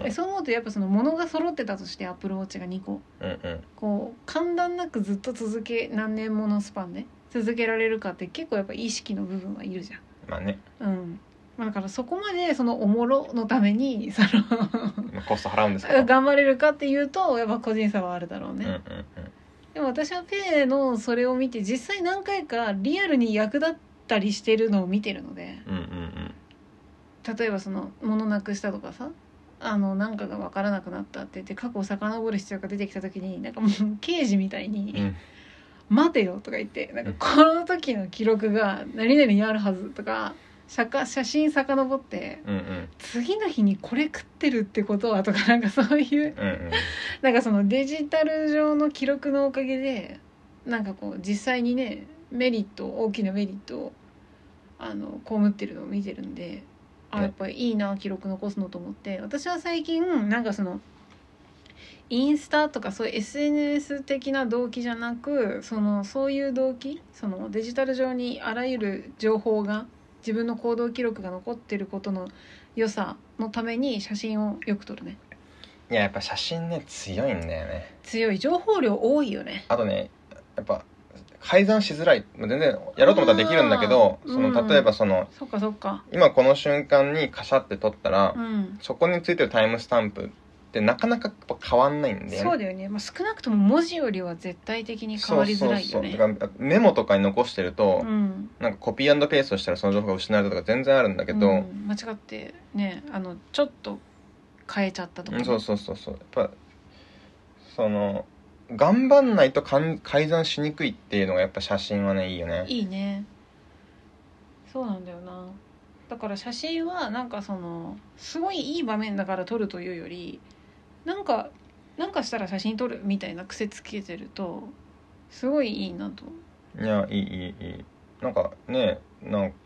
うん
えそう思うとやっぱその物が揃ってたとしてアプローチが2個
うんうん
こう簡単なくずっと続け何年ものスパンで続けられるかって結構やっぱ意識の部分はいるじゃん
まあね、
うん、まあだからそこまでそのおもろのためにその
まあ、コスト払うんですから
頑張れるかっていうとやっぱ個人差はあるだろう
うんうんう
ね、
ん
でも私はペイのそれを見て実際何回かリアルに役立ったりしてるのを見てるので
うんうん
例えばその物なくしたとかさあのなんかが分からなくなったって言って過去を遡る必要が出てきた時になんかもう刑事みたいに
うんうん
待てよとか言ってなんかこの時の記録が何々にあるはずとか写か写真遡って
うんうん
次の日にこれ食ってるってことはとかなんかそういう
うんうん
なんかそのデジタル上の記録のおかげでなんかこう実際にねメリット大きなメリットをあの被ってるのを見てるんであ
ね
やっぱりいいな記録残すのと思って私は最近なんかそのインスタとかそういう SNS 的な動機じゃなくそのそういう動機そのデジタル上にあらゆる情報が自分の行動記録が残ってることの良さのために写真をよく撮るね
いややっぱ写真ね強いんだよね
強い情報量多いよね
あとねやっぱ改ざんしづらいまあ全然やろうと思ったらできるんだけど
あー
そ
うん
の例えばその
そっかそっか
今この瞬間にカシャって撮ったら、
うん
そこについてるタイムスタンプってなかなかやっぱ変わんないんだよ
そうだよね、まあ、少なくとも文字よりは絶対的に変わりづらい
そ
よね
うそうそうだからメモとかに残してると、
うん
なんかコピーペーストしたらその情報が失われたとか全然あるんだけど、
う
うん
間違ってねあのちょっと変えちゃったとか、
んそうそうそうそうやっぱその頑張んないとかん改ざんしにくいっていうのがやっぱ写真はねいいよね
いいねそうなんだよなだから写真はなんかそのすごいいい場面だから撮るというよりなんかなんかしたら写真撮るみたいな癖つけてるとすごいいいなと
いやいいいいいいなんかねなんか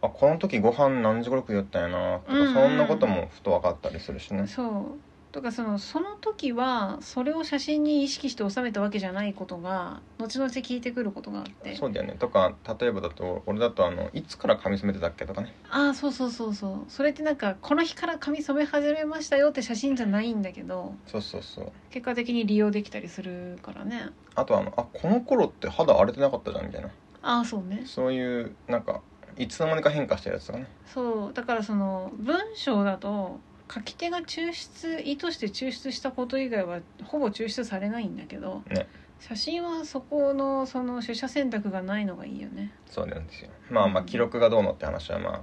あこの時ご飯何時頃食いよったんやなとか、
うんうん
そんなこともふと分かったりするしね
そうとかそのその時はそれを写真に意識して収めたわけじゃないことが後々聞いてくることがあって
そうだよねとか例えばだと俺だとあのいつから髪染めてたっけとかね
ああそうそうそうそうそれってなんかこの日から髪染め始めましたよって写真じゃないんだけど
そうそうそう
結果的に利用できたりするからね
あとはあのあこの頃って肌荒れてなかったじゃんみたいな
ああそうね
そういうなんかいつの間にか変化してるやつとかね
そうだからその文章だと書き手が抽出意図して抽出したこと以外はほぼ抽出されないんだけど、
ね
写真はそこのその取捨選択がないのがいいよね
そうなんですよまあまあ記録がどうのって話はまあ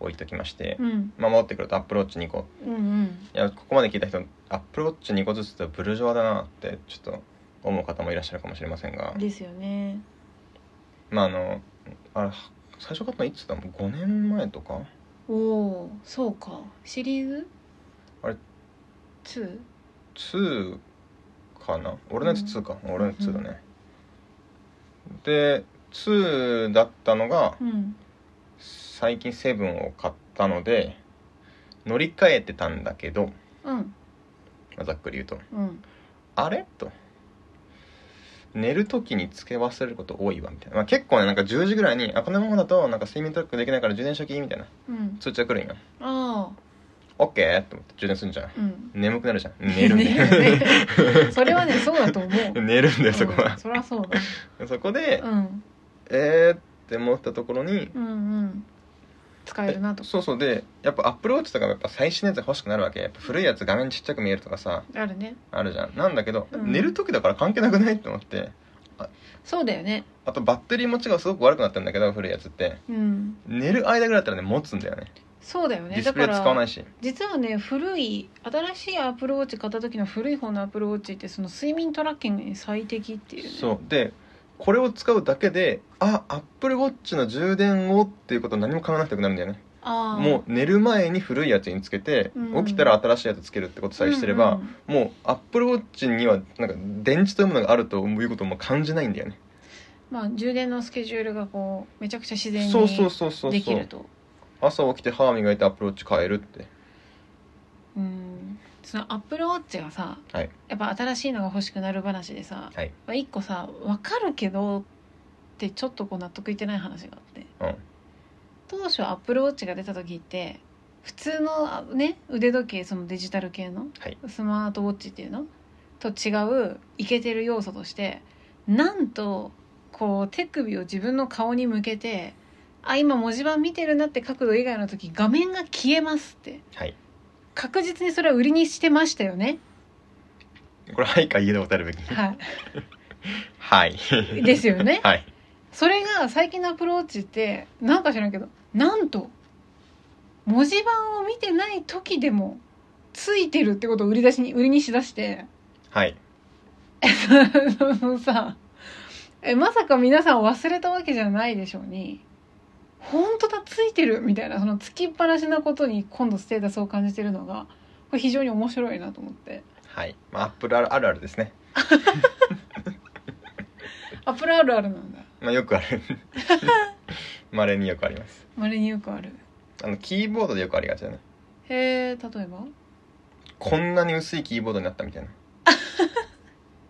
置いときまして、
うん
まあ戻ってくるとアップローチ2個
うんうん
いやここまで聞いた人アップローチ2個ずつってブルジョワだなってちょっと思う方もいらっしゃるかもしれませんが
ですよね
まああのあれ最初買ったのいつだもう5年前とか
おおそうかシリーズ
あれ
2?
2かな俺のやつ2か、俺のやつ2だね、で2だったのが
うん
最近セブンを買ったので乗り換えてたんだけど、
うん
まあざっくり言うと
うん
あれと寝る時につけ忘れること多いわみたいな、まあ、結構ねなんか10時ぐらいにあこのままだとなんか睡眠トラックできないから充電しときみたいな
うん
通知が来るんよ
あ
OK と思って充電するんじゃん
あうん
眠くなるじゃん寝るん
*laughs* ね
で
それはねそうだと思
*laughs*
う
寝るんだよそこ
う
は
ん、そりゃそうだ
そこで、
うん
えーって思ったところに
うんうん使えるなと
そうそうでやっぱアップローチとかもやっぱ最新のやつが欲しくなるわけやっぱ古いやつ画面ちっちゃく見えるとかさ
あるね
あるじゃんなんだけど、
うん
寝る時だから関係なくないって思って
そうだよね
あとバッテリー持ちがすごく悪くなったんだけど古いやつって
うん
寝る間ぐらいだったらね持つんだよね
そうだよ
デ
ね
ィス
だ
プレ
か
イ使わな
ら
いし
実はね古い新しいアプローチ買った時の古い方のアプローチってその睡眠トラッキングに最適っていうね
そうでこれを使うだけであアップルウォッチの充電をっていうこと何も考えなくてよくなるんだよね
ああ
もう寝る前に古いやつにつけて、
うん
起きたら新しいやつつけるってことさえしてれば、
うんうん
もうアップルウォッチにはなんか電池というものがあるということも感じないんだよね
まあ充電のスケジュールがこうめちゃくちゃ自然に
そうそうそうそう
でき
そ
る
う
と
朝起きて歯磨いてアップルウォッチ変えるって
うんそのアップルウォッチがさ、
はい
やっぱ新しいのが欲しくなる話でさ、
はい
まあ一個さ分かるけどってちょっとこう納得いってない話があって
うん
当初アップルウォッチが出た時って普通のあね腕時計そのデジタル系の、
はい
スマートウォッチっていうのと違うイケてる要素としてなんとこう手首を自分の顔に向けてあ今文字盤見てるなって角度以外の時画面が消えますって
はい
確実にそれは売りにしてましたよね。
これはいか言えたことあるべき
は
はい。
い。ですよね
はい
それが最近のアプローチって、なんか知らんけど、なんと、文字盤を見てない時でも、ついてるってことを売り出しに、売りにしだして、 *laughs*
はい
そのさ、え、まさか皆さん忘れたわけじゃないでしょうに、本当だ、ついてるみたいな、そのつきっぱなしなことに今度ステータスを感じてるのが、これ非常に面白いなと思って。
はいまあアップルあるあるですね
アップルあるあるなんだ。
まあよくある *laughs* 稀によくあります
まれによくある
あのキーボードでよくありがちだね
へえ例えば
こんなに薄いキーボードになったみ
*laughs*
たいな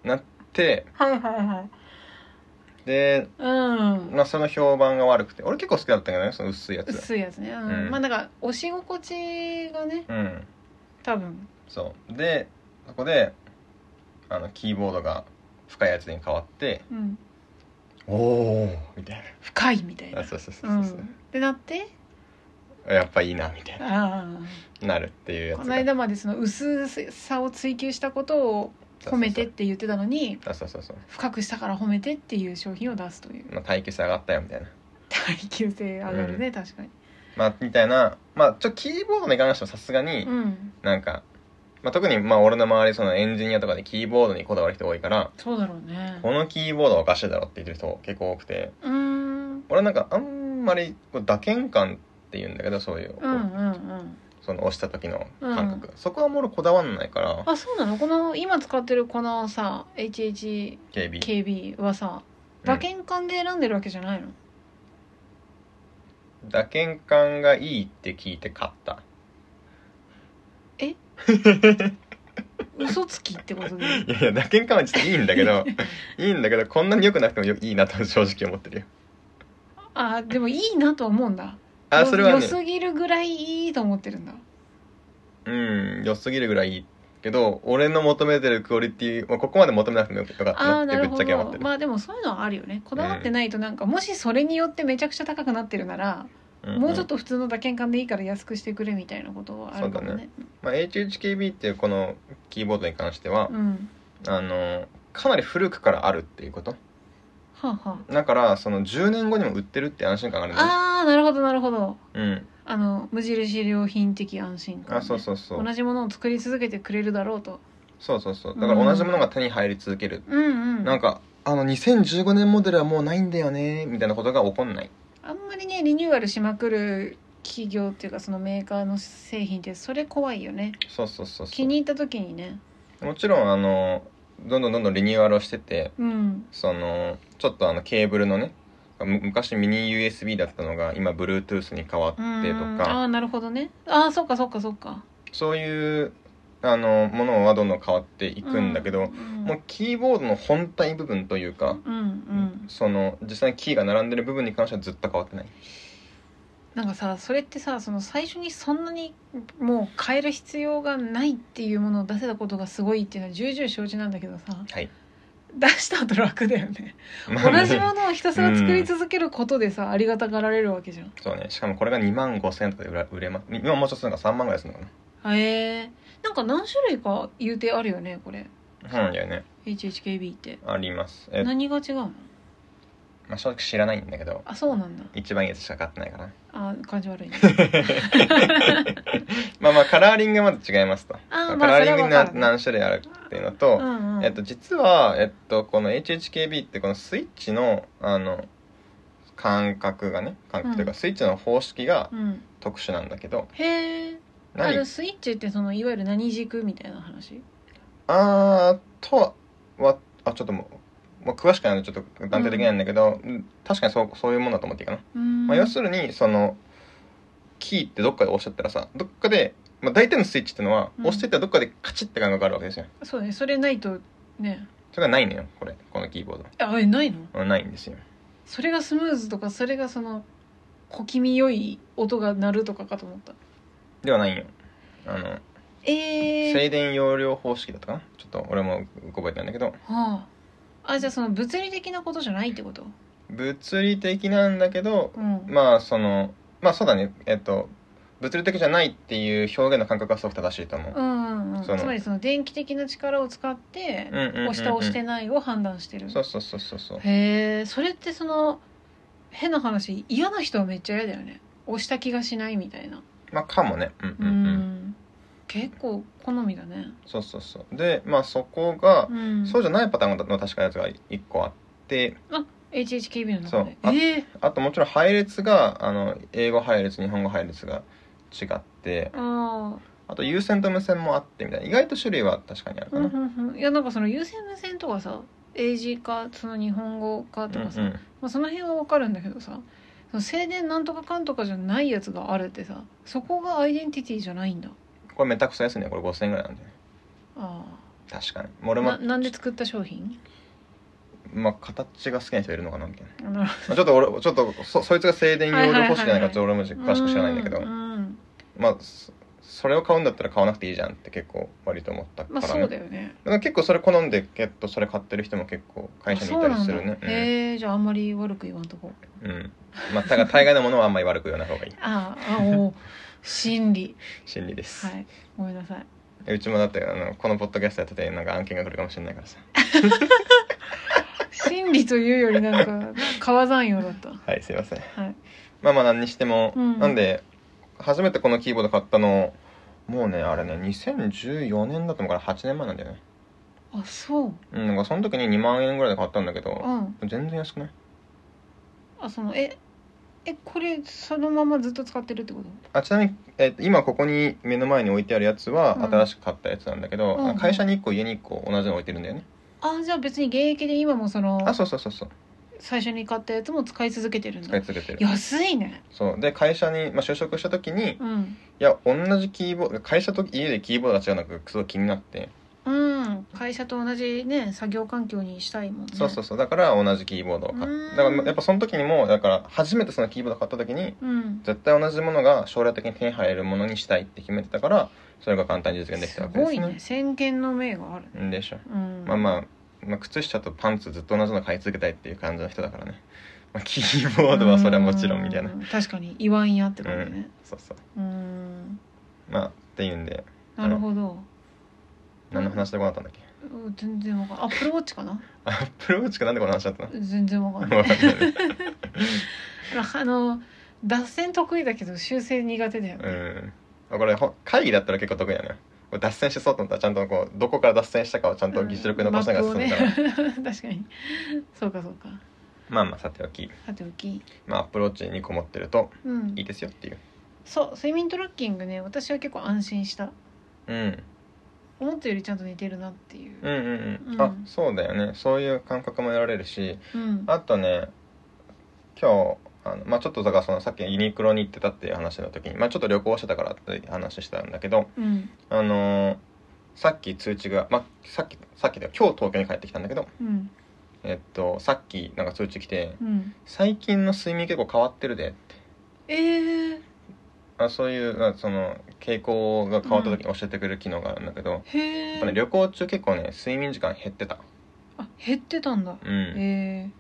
なって
はいはいはい
で
うん
まあその評判が悪くて俺結構好きだったけどねその薄いやつ
薄いやつね、うん
うん
まあなんか押し心地がね
うん
多分
そうでそこであのキーボードが深いやつに変わって
うん
「おお」みたい
深いみたい
な
な
あそうそうそう
う
そう、
ん
そう
でなって
やっぱいいなみたい
あ
ななるっていう
あ
やつ
こ
が
の間までその薄さを追求したことを褒めてって言ってたのに
そうそうそうそう
深くしたから褒めてっていう商品を出すという
まあ、耐久性上がったよみたいな
耐久性上がるね、確かに
まあみたいなまあちょキーボードに関してはさすがに
うん
なんか、まあ、特にまあ俺の周りそのエンジニアとかでキーボードにこだわる人多いから
そうだろうね
このキーボードはおかしいだろって言ってる人結構多くて
うーんうん
俺なんかあんまりこう打鍵感っていうんだけどそういう、
うんうん
その押した時の感覚、そこはもう俺こだわんないから
あそうなのこの今使ってるこのさ HHKB
KB
はさ馬券館で選んでるわけじゃないの、
打鍵感がいいって聞いて買った
嘘つきってことで
いやいや打鍵感はちょっといいんだけ
*laughs*
どいいんだけどこんなに良くなくてもよいいなと正直思ってるよ
あでもいいなとは思うんだ
あ
よ
それは
良
ね
すぎるぐらいいいと思ってるんだ
うん良すぎるぐらいいいけど俺の求めてるクオリティまあここまで求めなくてもよかった
あ
な
あ
っ
な
てぶ
る
っ
ほ
ちゃけ思って
ど
る、
まあでもそういうのはあるよねこだわってないとなんか、もしそれによってめちゃくちゃ高くなってるなら、
んん
もうちょっと普通の打鍵館でいいから安くしてくれみたいなことはあるかもね
まあ、HHKB っていうこのキーボードに関しては
う、ん
あのかなり古くからあるっていうこと
はあ、は
だからその10年後にも売ってるって安心感があるんだよね
あ、あーなるほどなるほど
うん
あの無印良品的安心感ね、
あそうそうそう
同じものを作り続けてくれるだろうと
そうそうそうだから同じものが手に入り続ける、
うんうん
なんかあの2015年モデルはもうないんだよねみたいなことが起こんない
あんまりねリニューアルしまくる企業っていうかそのメーカーの製品ってそれ怖いよね
そうそうそうそ
気に入った時にね
うもちろんあのどんどんどんどんリニューアルをしてて
うん
そのちょっとあのケーブルのねむ昔ミニ USB だったのが今 Bluetooth に変わって
うんうん
と
あ
か
あなるほどねああそっかそっかそっか
そういうあのものはどんどん変わってい
行
くんだけど、
うん
もうキーボードの本体部分というか、
うんうん
その実際にキーが並んでる部分に関してはずっと変わってない
なんかさそれってさその最初にそんなにもう変える必要がないっていうものを出せたことがすごいっていうのは重々承知なんだけどさ
はい
*laughs* 出した後楽だよね
まあ
同じものをひたすら作り続けることでさ、ありがたがられるわけじゃん
*laughs* そうねしかもこれが2万5千円とかで売ら売れます今もうちょっとなんか3万ぐらいするのか
へえなんか何種類か言うてあるよねこれ
なうんいやね
HHKB って
ありますえ、ま
何が違うの
あ、正直知らないんだけど
あそうなんだ
一番いいやつしか買ってないから
あ感じ悪
*laughs*
いね
まあまあカラーリングはまず違いますと
あー
カ
まあ
ラ
そ
ーリ
れ
ング
は分
に
か
な
る、ね、
何種類あるっていうのと、
うんうん
えっと、実は、えっと、この HHKB ってこのスイッチのあの感覚がね感覚というか、
うん
スイッチの方式が
うん
特殊なんだけど、
へえあ
何
のスイッチってそのいわゆる何軸みたいな話
あーとはあちょっともう、まあ、詳しくないのでちょっと断定できないんだけど、うん確かにそうそういうもんだと思っていいかな、
ま
まあ、要するにそのキーってどっかで押しちゃったらさどっかで、まあ、大体のスイッチってのは、
うん
押してったらどっかでカチッって感覚があるわけですよ
そうねそれないとね
それがないのよこれこのキーボー
あえないの
ドうんないんですよ
それがスムーズとかそれがその小気味良い音が鳴るとかかと思った
ではないんよあの
え
静電容量方式だったかなちょっと俺も覚えてないんだけど
はああじゃあその物理的なことじゃないってこと
物理的なんだけど
うん、
まあそのまあそうだねえっと物理的じゃないっていう表現の感覚はすごく正しいと思う
うんうんう
そ
ん
の
つまりその電気的な力を使って
押
押した押してないを判断してる
そうそうそうそうそう
へえそれってその変な話嫌な人はめっちゃ嫌だよね押した気がしないみたいな
まあかもねうん
う、
うんんうん
結構好みだね
そうそうそうでまあそこが、
うん
そうじゃないパターンの確かやつが1個あって
あ HHKB の
そ
中
う
で
あ
え
あともちろん配列があの英語配列日本語配列が違って
ー、あ
あと優先と無線もあってみたいな意外と種類は確かにある
あう
か
ん
な、
うんうんいやなんかその優先無線とかさ英字かその日本語かとかさ、
うんうん
まあ、その辺はわかるんだけどさその静電なんとかかんとかじゃないやつがあるってさそこがアイデンティティじゃないんだ
これめたくそ安いねこれ5000円ぐらいなんで
あ
確かにもう
あ
俺も
ななんで作った
*laughs*
商品
まあ形が好きな人いるのかなみたいな、
あなるほ
まあ、ちょっと俺ちょっとそそいつが静電容量欲しくないからちょっと俺も
ど
詳しく知らないんだけど、
うんうん
まあそそれを買うんだったら買わなくていいじゃんって結構割と思ったから
まあ
ね、
そうだよね
でも結構それ好んで結構それ買ってる人も結構会社にいたりするね
あそうなんだへえじゃああんまり悪く言わんとこ
うん、うん、まあたが大概のものはあんまり悪く言わない方がいい
あああ
*laughs*
おう心理
心理です、
はいごめんなさいう
ちもだってあのこのポッドキャストやっててなんか案件が来るかもしれないからさ
心理というよりなんか川山用だった
はいすいません
はい
まあまあ何にしても、
うん
なんで初めてこのキーボード買ったのもうねあれね2014年だと思うから8年前なんだよね
あそう
うんなんかその時に2万円ぐらいで買ったんだけ
う
ど、
ん
全然安くない
あそのええこれそのままずっと使ってるってこと
あちなみに、えっと今ここに目の前に置いてあるやつは
うん
新しく買ったやつなんだけど、
うんうん
会社に1個家に1個同じの置いてるんだよね、
あじゃあ別に現役で今もその
あそうそうそうそう
最初に買ったやつも使い続けてるん
使
だ
い続けてる
安いね
そうで会社に、まあ、就職した時に
うん
いや同じキーボード会社と家でキーボードが違うのがすごい気になって、
うん会社と同じね作業環境にしたいもんね
そうそうそうだから同じキーボードを買っ
うん
だからやっぱその時にもだから初めてそのキーボード買った時に
うん
絶対同じものが将来的に手に入るものにしたいって決めてたからそれが簡単に実現できた
す
わけです
ご
ね
いね先見の明があるね
うんでしょ、
うん
まあまあ、まあ、靴下とパンツずっと同じの買い続けたいっていう感じの人だからね、まあ、キーボードはそれはもちろんみたいな
う確かに言わんやって感じ
う
ね
んそうそう
うん
まあっていうんで
なるほど
何の話でこうなったんだっけ *laughs*
うん全然わかんないアップルウォッチかな
アップルウォッチかなんでこの話だったの *laughs*
全然わかんない
わかんないね
あの脱線得意だけど修正苦手だよね、
うん、これほ会議だったら結構得意だねこれ脱線しそうと思ったらちゃんとこうどこから脱線したかをちゃんと議事録に残しながら進むから、
マップをね *laughs* 確かにそうかそうか
まあまあさておき、
さておき
まあ、アップローチ2個持ってると
うん
いいですよっていう
そう睡眠トラッキングね私は結構安心した
うん
思ったよりちゃんと寝てるなっていう
うんうんうん、
うん
あそうだよねそういう感覚も得られるし
うん
あとね今日あの、まあ、ちょっとだからそのさっきユニクロに行ってたっていう話の時に、まあ、ちょっと旅行してたからって話したんだけど
うん
あのーさっき通知が、まあ、さっきさっきで今日東京に帰ってきたんだけど、
うん
えっと、さっきなんか通知来て
うん
最近の睡眠結構変わってるでって
えー、
あそういうまあその傾向が変わった時に教えてくれる機能があるんだけど、
へ
やっ
え、
ぱね、旅行中結構ね睡眠時間減ってた
あ減ってたんだ
う
へ
ん
え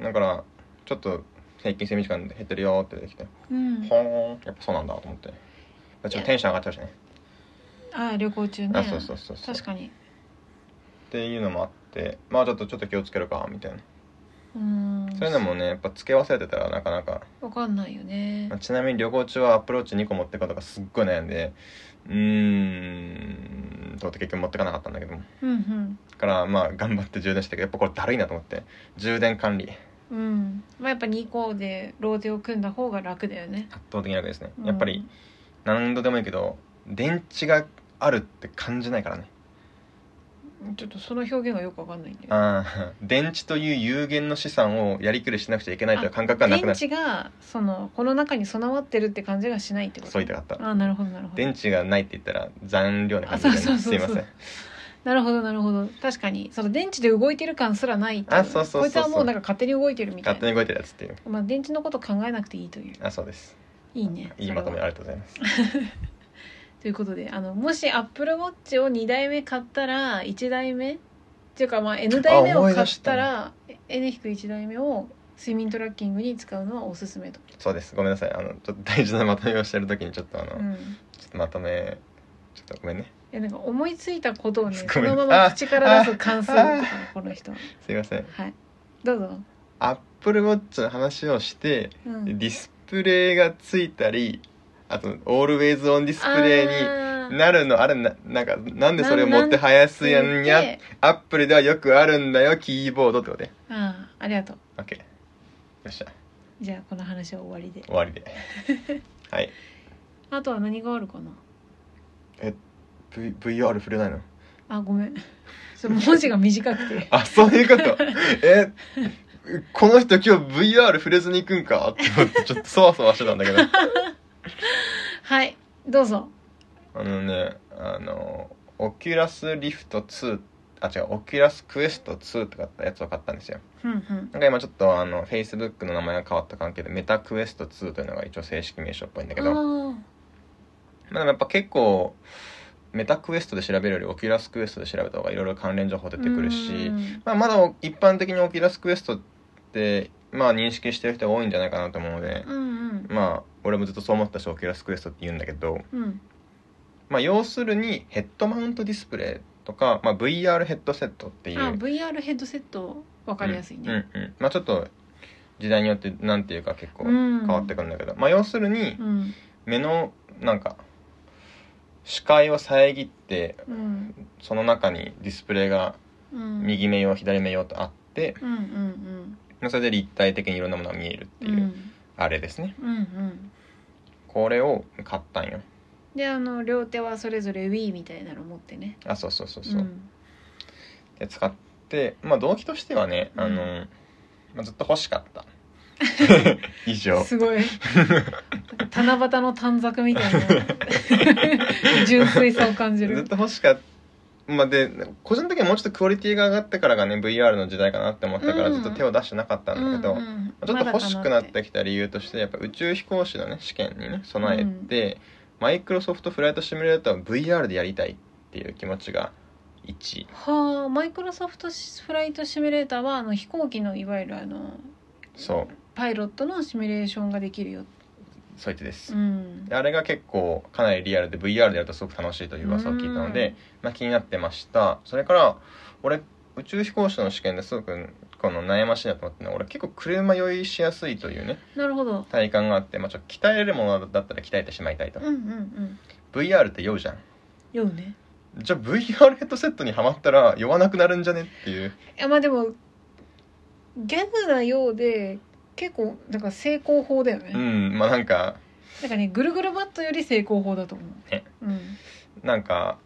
だからちょっと平均睡眠時間減ってるよって出てきて
うん
ほーんやっぱそうなんだと思ってちょっとテンション上がっちゃうしね
あ旅行中ね
あそうそうそうそう
確かに
っていうのもあってまあちょっとちょっと気をつけるかみたいな
うん
そういうのもねやっぱつけ忘れてたらなかなか、
わかんないよね
まあちなみに旅行中はアプローチ2個持ってくことがすっごい悩んでうーんと思って結局持ってかなかったんだけども
うん
だからまあ頑張って充電してたけどやっぱこれだるいなと思って充電管理
うんうんまあやっぱ2個でローテを組んだ方が楽だよね
圧倒的なわけですね、
うん
やっぱり何度でもいいけど電池があるって感じないからね
ちょっとその表現がよくわかんないんだよ
ああ *laughs* 電池という有限の資産をやりくりしなくちゃいけないという感覚がなくなる
電池がそのこの中に備わってるって感じがしないってこと
そう言いたかった
あなるほどなるほど
電池がないって言ったら残量な感じで、
あそう
ね、
そ
す
う
い
そうそ
ま
う
せん
なるほどなるほど確かにその電池で動いてる感すらないってい
あそうそうそうそう
こいつはもうなんか勝手に動いてるみたい
勝手
な
に動いてるやつっていう
まあ電池のこと考えなくていいという
あそうです
いいね
いいまとめ
それは
ありがとうございます
ということであのもしアップルウォッチを2台目買ったら1台目っていうかまあ N 台目を買ったら N-1 台目を睡眠トラッキングに使うのはおすすめと、
そうですごめんなさいあのちょっと大事なまとめをしてる時にちょっとあの、
うん、
ちょっとまとめちょっとごめんね
いやなんか思いついたことをね
ご
そ
めん
のまま口から出す感想と
あ
かこの人は
すいません
はいどうぞ、
アップルウォッチの話をして
うん、
ディスプレイがついたりあとオールウェイズオンディスプレイに
あー
なるのあれななんかなんでそれを持ってはやすやんや
で
アップルではよくあるんだよキーボードってことで
あーありがとう
OK よっしゃ
じゃあこの話は終わりで
終わり
*laughs*
ではい
あとは何があるかな
え v VR 触れないの
あごめ *laughs* んその文字が短 *laughs* くて
あそういうことえこの人今日 VR 触れずに行くんかって思ってちょっとそわそわしてたんだけ
*laughs*
ど
はいどうぞ
あのねあのオキュラスリフト2あ違うオキュラスクエスト2とかってやつを買ったんですよ
うんうん
なんか今ちょっとあの Facebook の名前が変わった関係でメタクエスト2というのが一応正式名称っぽいんだけど
あ
まあ、でもやっぱ結構メタクエストで調べるよりオキュラスクエストで調べた方がいろいろ関連情報出
ー
てくる
う
し、
ん
まあ、まだ一般的にオキュラスクエストって、まあ、認識してる人が多いんじゃないかなと思うので、
うん
まあ俺もずっとそう思ってたしオキュラスクエストって言うんだけど、
うんうん
まあ、要するにヘッドマウントディスプレイとか、まあ、VR ヘッドセットっていう
あ VR ヘッドセットわかりやすいね、
うんうんうんまあ、ちょっと時代によってなんていうか結構
うん
変わってくるんだけど、まあ、要するに
うん
目のなんか視界を遮って
うん
その中にディスプレイが
うん
右目用左目用とあって
うんうん
それで立体的にいろんなものが見えるって
うん
いううんあれですね
うんうん
これを買ったんよ
であの両手はそれぞれ Wii みたいなの持ってね
あそうそうそうそう、
ん
で使ってまあ動機としてはね
うん
あの、まあ、ずっと欲しかった
*laughs*
以上
す
*laughs*
ごいなんか七夕の短冊みた
*laughs*
いな *laughs* 純粋さを感じ
ずっ
る
と欲しかったまあ、で個人的にもうちょっとクオリティが上がってからがね VR の時代かなって思ったから
うん
ずっと手を出してなかったんだけど、
うんうん
ちょっと欲しくなっ
まだか
てきた理由としてやっぱ宇宙飛行士のね試験にね備えてマイクロソフトフライトシミュレーターを VR でやりたいっていう気持ちが1
はあマイクロソフトフライトシミュレーターはあの飛行機のいわゆるあの
そう
パイロットのシミュレーションができるよ、
そういつです
う、ん
で、あれが結構かなりリアルで VR でやるとすごく楽しいという噂を聞いたので、まあ、気になってましたそれから俺宇宙飛行士の試験ですごくこの悩ましいなと思ったのは俺結構車酔いしやすいというね
なるほど
体感があって、まあ、ちょっと鍛えれるものだったら鍛えてしまいたいと、
うんうんうん。
VR って酔うじゃん
酔うね。
じゃあ VR ヘッドセットにはまったら酔わなくなるんじゃねっていう
いやまあでもギャグなようで結構なんか成功法だよね。
うんまあなんか
なんかねぐるぐるバットより成功法だと思う。
ね
うん。
なんか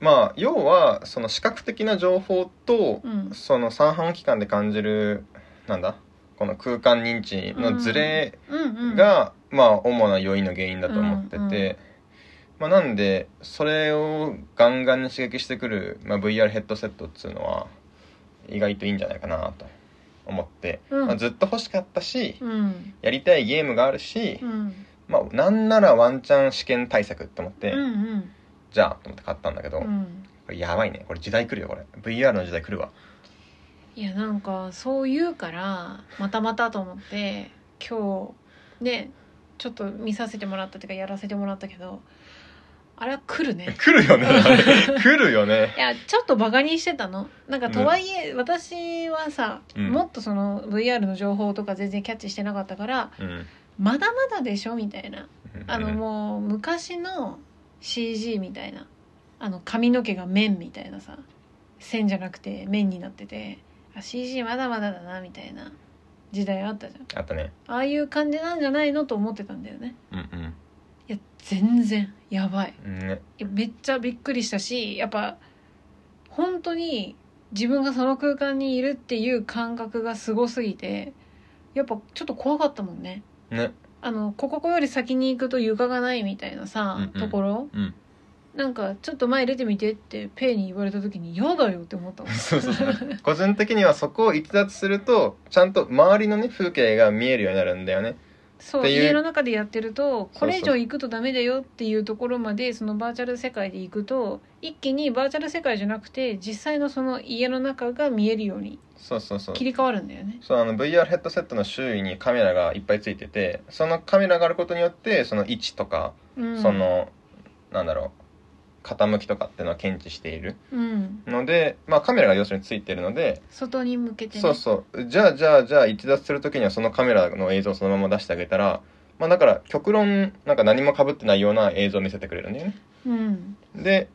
まあ要はその視覚的な情報と
うん。
その三半規管で感じるなんだこの空間認知のズレ
うんうん。
が、まあ主な要因の原因だと思ってて、
うんうん
まあ、なんでそれをガンガンに刺激してくる、まあ、VR ヘッドセットっつうのは意外といいんじゃないかなと思って、
うん
まあずっと欲しかったし、
うん。
やりたいゲームがあるし、
うん。
まあ、なんならワンチャン試験対策って思って、
うんうん。
じゃあと思って買ったんだけど、
うん。
これやばいねこれ時代来るよこれ VR の時代来るわ
いやなんかそう言うからまたまたと思って今日ねちょっと見させてもらったっていうかやらせてもらったけどあれは来るね。
来るよねあれ
*laughs*
来るよね
いやちょっとバカにしてたのなんか
うん
とはいえ、私はさ、
うん
もっとその VR の情報とか全然キャッチしてなかったから
うん
まだまだでしょみたいなあの
うん
もう昔の CG みたいなあの髪の毛が面みたいなさ線じゃなくて面になっててあ CG まだまだだなみたいな時代あったじゃん
あったね
ああいう感じなんじゃないのと思ってたんだよね
うん
いや全然やばい
うんね
いやめっちゃびっくりしたしやっぱ本当に自分がその空間にいるっていう感覚がすごすぎてやっぱちょっと怖かったもんね
ね
あのここより先に行くと床がないみたいなさ、
うんうん
ところ
うん
なんかちょっと前出てみてってペイに言われた時に嫌だよって思ったも
*laughs*
ん
そうそうそう個人的にはそこを逸脱するとちゃんと周りのね風景が見えるようになるんだよねっ
そう
ていう
家の中でやってるとこれ以
そう
上行くとダメだよっていうところまでそのバーチャル世界で行くと一気にバーチャル世界じゃなくて実際のその家の中が見えるように
そうそうそう
切り替わるんだよね。
そうあの VR ヘッドセットの周囲にカメラがいっぱいついててそのカメラがあることによってその位置とか
うん、
そのなんだろう傾きとかっていうのは検知している
うん、
ので、まあ、カメラが要するについてるので、
外に向けて、ね、
そうそうじゃあじゃあじゃあ逸脱する時にはそのカメラの映像をそのまま出してあげたら、まあ、だから極論なんか何もかぶってないような映像を見せてくれるんだよね。
うん
で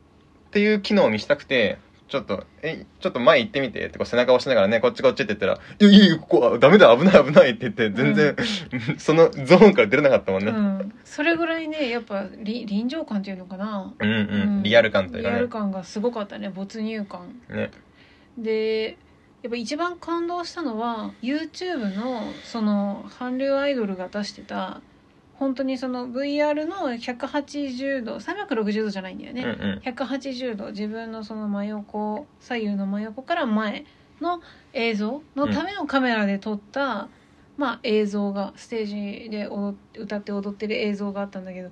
っていう機能を見せたくてちょっと、え、ちょっと前行ってみて、ってこう背中押しながらね、こっちこっちって言ったら、いやいやいや、ここはダメだ、危ない危ないって言って、全然、 *laughs* そのゾーンから出れなかったもん
う
ね。
ん、それぐらいねやっぱり臨場感っていうのかな、
うん、うん、
うん
リアル感という
リ
か
ア
ね
ル。感がすごかったね没入感
ね。
でやっぱ一番感動したのは YouTube のその韓流アイドルが出してた本当にその VR の180度360度じゃないんだよ
う
ね、
んうん。
180度自分のその真横左右の真横から前の映像のためのカメラで撮った、まあ、映像がステージで踊って歌って踊ってる映像があったんだけど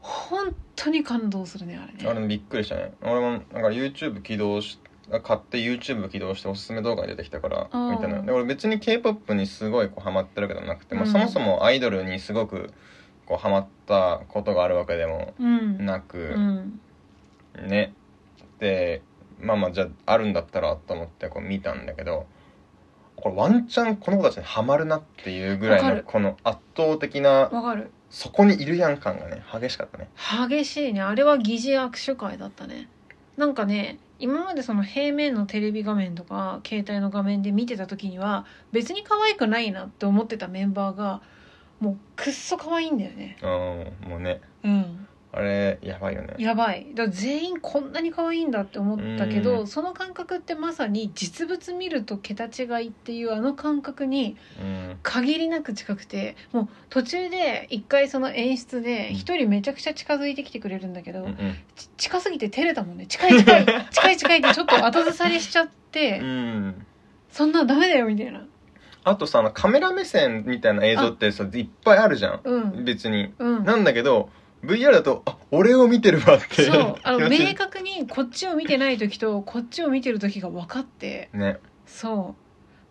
本当に感動するねあれね。
あれびっくりしたね。俺も、なんか YouTube 起動し、買って YouTube 起動しておすすめ動画が出てきたから
あー
みたいなで俺別に K-POP にすごいこうハマってるわけでもなくて、まあ、
うん
そもそもアイドルにすごくこうハマったことがあるわけでも
うん
なく、
うん
ねでまあまあじゃああるんだったらと思ってこう見たんだけどこれワンチャンこの子たちにハマるなっていうぐら
わか
いの
る
この圧倒的な
わかる
そこにいるやん感がね激しかったね
激しいねあれは疑似握手会だったねなんかね今までその平面のテレビ画面とか携帯の画面で見てた時には別に可愛くないなって思ってたメンバーがもうくっそ可愛いんだよね
うんもうね
うん
あれやばいよね
やばいだから全員こんなに可愛いんだって思ったけ
う
ど
ん
その感覚ってまさに実物見ると桁違いっていうあの感覚に
うん
限りなく近くてもう途中で一回その演出で
うん
一人めちゃくちゃ近づいてきてくれるんだけ
う
ど、
んうん
ち近すぎて照れたもんね近い近
*laughs*
い近い近いってちょっと後ずさりしちゃって、
うん
そんなのダメだよみたいな
あとさあのカメラ目線みたいな映像ってさいっぱいあるじゃん
うん
別に
うん
なんだけど VR だとあ俺を見てるわって
そうあの
*laughs* 気持ちい
明確にこっちを見てない時とこっちを見てる時が分かって
いね
そう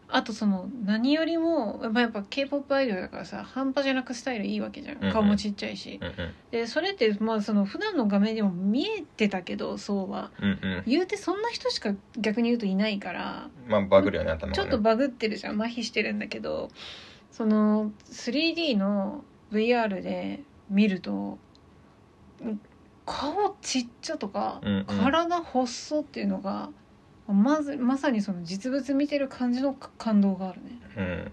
あとその何よりも、まあ、やっぱ k p o p アイドルだからさ半端じゃなくスタイルいいわけじゃ
うんうん
ん顔もちっちゃいし、
うんうん
でそれってまあその普段の画面でも見えてたけどそうは
うんうん
言うてそんな人しか逆に言うといないから
まあバグるよね頭がね
ちょっとバグってるじゃん麻痺してるんだけどその 3D の VR で見るとうん顔ちっちゃとか、
うんうん
体細っていうのがまずまさにその実物見てる感じの感動があるね
うん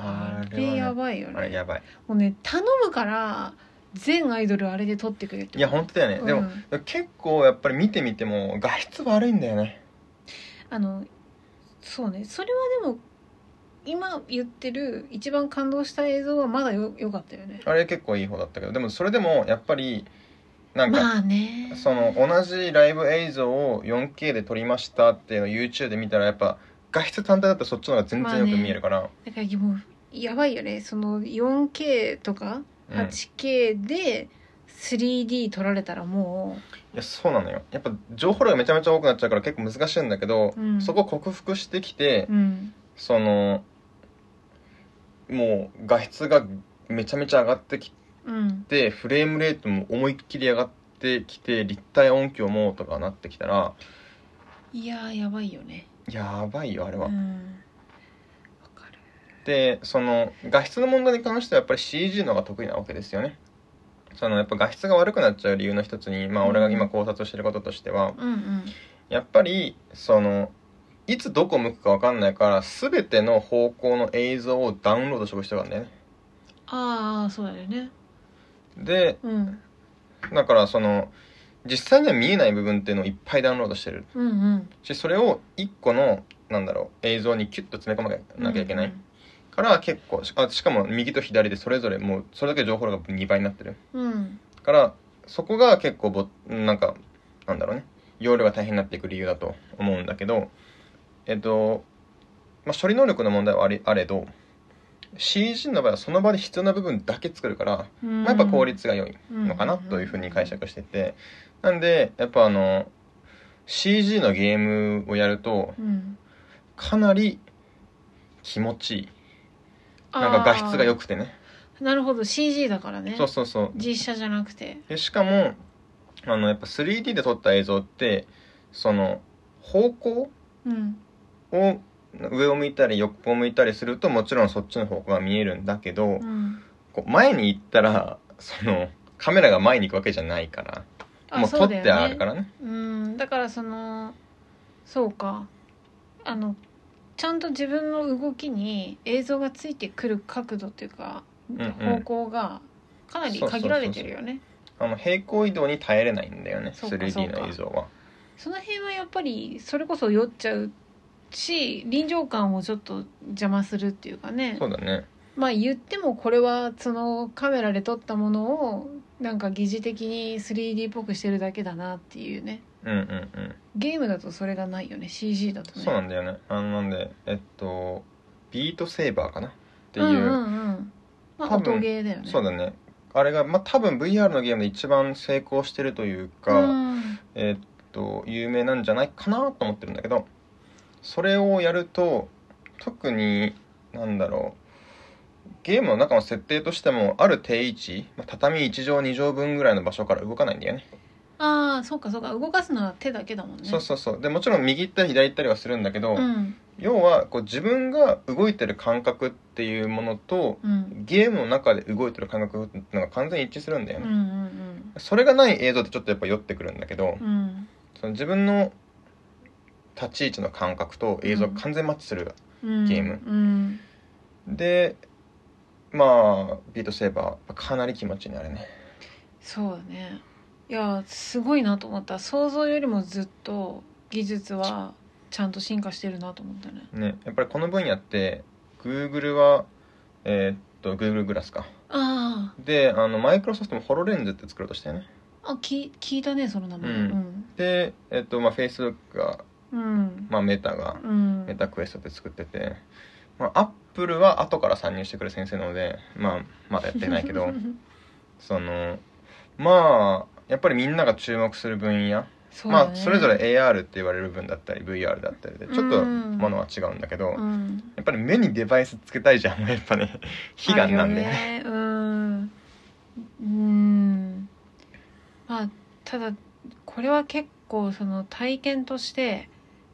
あ
あ
れはね
れやばいよ
あれ
ね
やばい
もうね頼むから全アイドルあれで撮ってくれって
いや本当だよね、
う
で
ん
も結構やっぱり見てみても画質悪いんだよね
あのそうねそれはでも今言ってる一番感動した映像はまだよ良かったよね
あれ結構いい方だったけどでもそれでもやっぱりなんか、
まあね
その同じライブ映像を 4K で撮りましたっていうのを YouTube で見たらやっぱ画質単体だったらそっちの方が全然よく見えるから、
だからもうやばいよねその 4K とか
うんい
8K で 3D 撮られたらも
やそうなのよやっぱ情報量がめちゃめちゃ多くなっちゃうから結構難しいんだけど、
うん
そこを克服してきて、
ううん
そのもう画質がめちゃめちゃ上がってき
うん
てフレームレートも思いっきり上がってきて立体音響もとかなってきたら
いやーやばいよね
やばいよあれ
うん
は。
わかる
でその画質の問題に関してはやっぱり CG の方が得意なわけですよね。そのやっぱ画質が悪くなっちゃう理由の一つに、まあ、俺が今考察してることとしては
うんうん
やっぱりそのいつどこ向くか分かんないから全ての方向の映像をダウンロードしておく必要があるんだよね。
ああそうだよね
で
うん
だからその実際には見えない部分っていうのをいっぱいダウンロードしてる
うんうん
しそれを一個のなんだろう映像にキュッと詰め込まなきゃいけない、
うん
から結構しあしかも右と左でそれぞれもうそれだけ情報量が2倍になってる
うん、うん
からそこが結構ぼなんかなんだろうね容量が大変になっていく理由だと思うんだけどえっと、まあ、処理能力の問題はありあれど CG の場合はその場で必要な部分だけ作るから、
うん、
まあ、やっぱ効率が良いのかな
うん
というふうに解釈しててなんでやっぱあの CG のゲームをやると
うん
かなり気持ちいいなんか画質が良
く
くてね
なるほど CG だからね
そうそうそう
実写じゃなくて
でしかもあのやっぱ 3D で撮った映像ってその方向
うん
を上を向いたり横を向いたりするともちろんそっちの方向が見えるんだけど
うん
こう前に行ったらそのカメラが前に行くわけじゃないから
あ
もう
そ
取
うだよ
っ
ね
てあるからね
うんだからそのそうかあのちゃんと自分の動きに映像がついてくる角度っていうか、
んうん
方向がかなり限られてるよね
あの平行移動に耐えれないんだよね
そうかそう
3D
か
の映像は
その辺はやっぱりそれこそ酔っちゃうし臨場感をちょっと邪魔するっていうかね
そうだね
まあ言ってもこれはそのカメラで撮ったものをなんか疑似的に 3D っぽくしてるだけだなっていうね
うんうんうん
ゲームだとそれがないよね CG だとね
そうなんだよねあのなんでえっとビートセーバーかなっていう、
んうんうんまあ
多分
音ゲーだよね
そうだねあれがまあ多分 VR のゲームで一番成功してるというか、
うん
えーっと有名なんじゃないかなと思ってるんだけどそれをやると特になんだろうゲームの中の設定としてもある定位置、まあ、畳1畳2畳分ぐらいの場所から動かないんだよね
ああそうかそうか動かすのは手だけだもんね
そうそうそうでもちろん右行ったり左行ったりはするんだけど、
うん
要はこう自分が動いてる感覚っていうものと
うん
ゲームの中で動いてる感覚ってのが完全に一致するんだよ
う
ね、
んうん
それがない映像ってちょっとやっぱ酔ってくるんだけど、
うんうん
その自分の立ち位置の感覚と映像が完全マッチする、
うん
ゲーム
うん
でまあビートセーバーかなり気持ちいいねあれね
そうだねいやすごいなと思った想像よりもずっと技術はちゃんと進化してるなと思ったね
ねやっぱりこの分野って Google はえーっと Google グラスか
あ
であのマイクロソフトもホロレンズって作ろうとしてね
ああき聞いたねその名前
うんでえーっとまあ Facebook が、
うんうん
まあ、メタが
うん
メタクエストって作っててまあアップルは後から参入してくる先生なのでまあまだやってないけどそのまあやっぱりみんなが注目する分野
*laughs* そうだね
まあそれぞれ AR って言われる部分だったり VR だったりでちょっと
うん
ものは違うんだけど、
う
や
ん
っぱり目にデバイスつけたいじゃん *laughs* やっぱね悲願なんで、
あるよねうんうんまあただこれは結構その体験として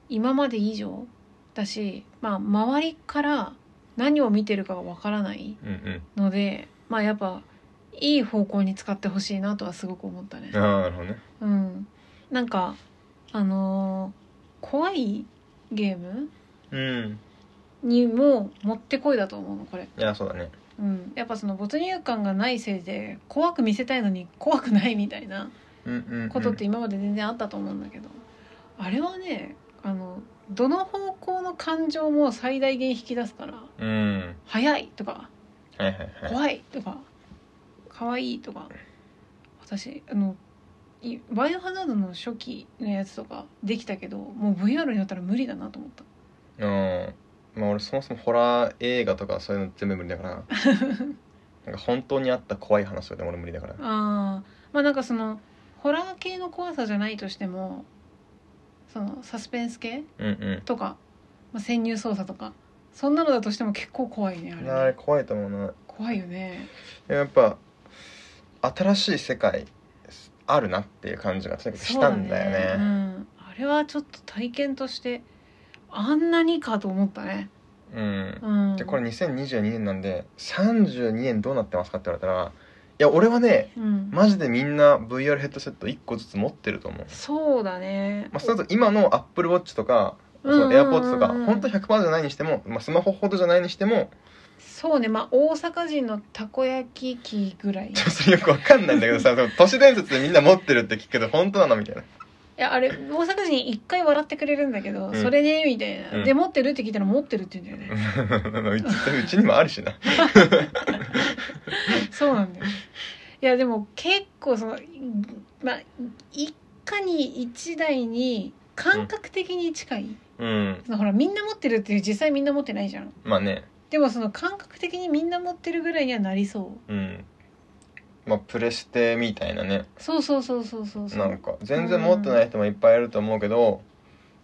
今まで以上だしまあ周りから何を見てるかがわからない
うんうん
のでまあやっぱいい方向に使ってほしいなとはすごく思ったね
あ。あなるほどね
うん、なんかあのー怖いゲーム
うん
にももってこいだと思うのこれ。
いやそうだね
うん、やっぱその没入感がないせいで怖く見せたいのに怖くないみたいな
うんうん、うん、
ことって今まで全然あったと思うんだけど、あれはねあのどの方向の感情も最大限引き出すから
うん
「早い」とか
はいはい
「
はい
怖い」とか「可愛い」とか私あのいバイオハザードの初期のやつとかできたけどもう VR になったら無理だなと思った
うんまあ俺そもそもホラー映画とかそういうの全部無理
*laughs*
だからなんか本当にあった怖い話とかでも俺無理だから
ああまあなんかそのホラー系の怖さじゃないとしてもそのサスペンス系
うんう
とか、まあ、潜入捜査とかそんなのだとしても結構怖いねあれ
ん
ね
あれ怖いと思うな
怖いよね
やっぱ新しい世界あるなっていう感じがとにかくしたんだよね
そうだうん、あれはちょっと体験としてあんなにかと思ったね、
うん
うん、
でこれ2022年なんで32年どうなってますかって言われたらいや俺はね
うん、
マジでみんな VR ヘッドセット1個ずつ持ってると思う、
そうだね、
まあ、それと今の AppleWatch とか
うんうんうんうん
エアポー o とか本当100%じゃないにしても、まあ、スマホほどじゃないにしても
そうねまあ大阪人のたこ焼き器ぐらいい
ちょっとそれよくわかんないんだけど
*laughs*
さその都市伝説でみんな持ってるって聞くけど本当なのみたいな *laughs*
やあれ大阪人一回笑ってくれるんだけど、
ん
それねみたいな、
うん
で持ってるって聞いたら持ってるって言うんだよね
うちうちにもあるしな
そうなんだよいやでも結構そのまあ一家に一台に感覚的に近い、
うん
そのほらみんな持ってるっていう実際みんな持ってないじゃん
まあね
でもその感覚的にみんな持ってるぐらいにはなりそう
うんまあプレステみたいなね
そうそうそうそうそうそ
なん
う
か全然持ってない人もいっぱいいると思うけど、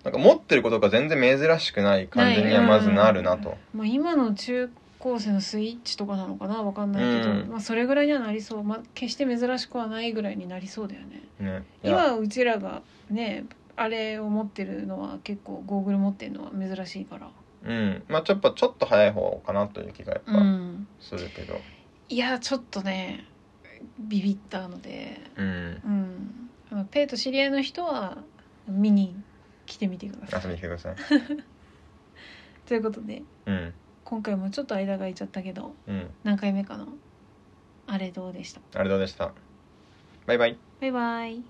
なんか持ってることが全然珍しくない感じにはまずなるなと
まあ今の中高生のスイッチとかなのかなわかんないけど、
うん
まあ、それぐらいにはなりそう、まあ、決して珍しくはないぐらいになりそうだよね
ねいや
今うちらがねあれを持ってるのは結構ゴーグル持ってるのは珍しいから
うんまあちょっとちょっと早い方かなという気がやっぱ
うん
するけど
いやちょっとねビビったので
うん
うんあのペイと知り合いの人は見に来てみてください
遊びに来てください
ということで
うん
今回もちょっと間が空いちゃったけど
うん
何回目かなあれどうでした
あれどうでしたバイバイ
バイバイ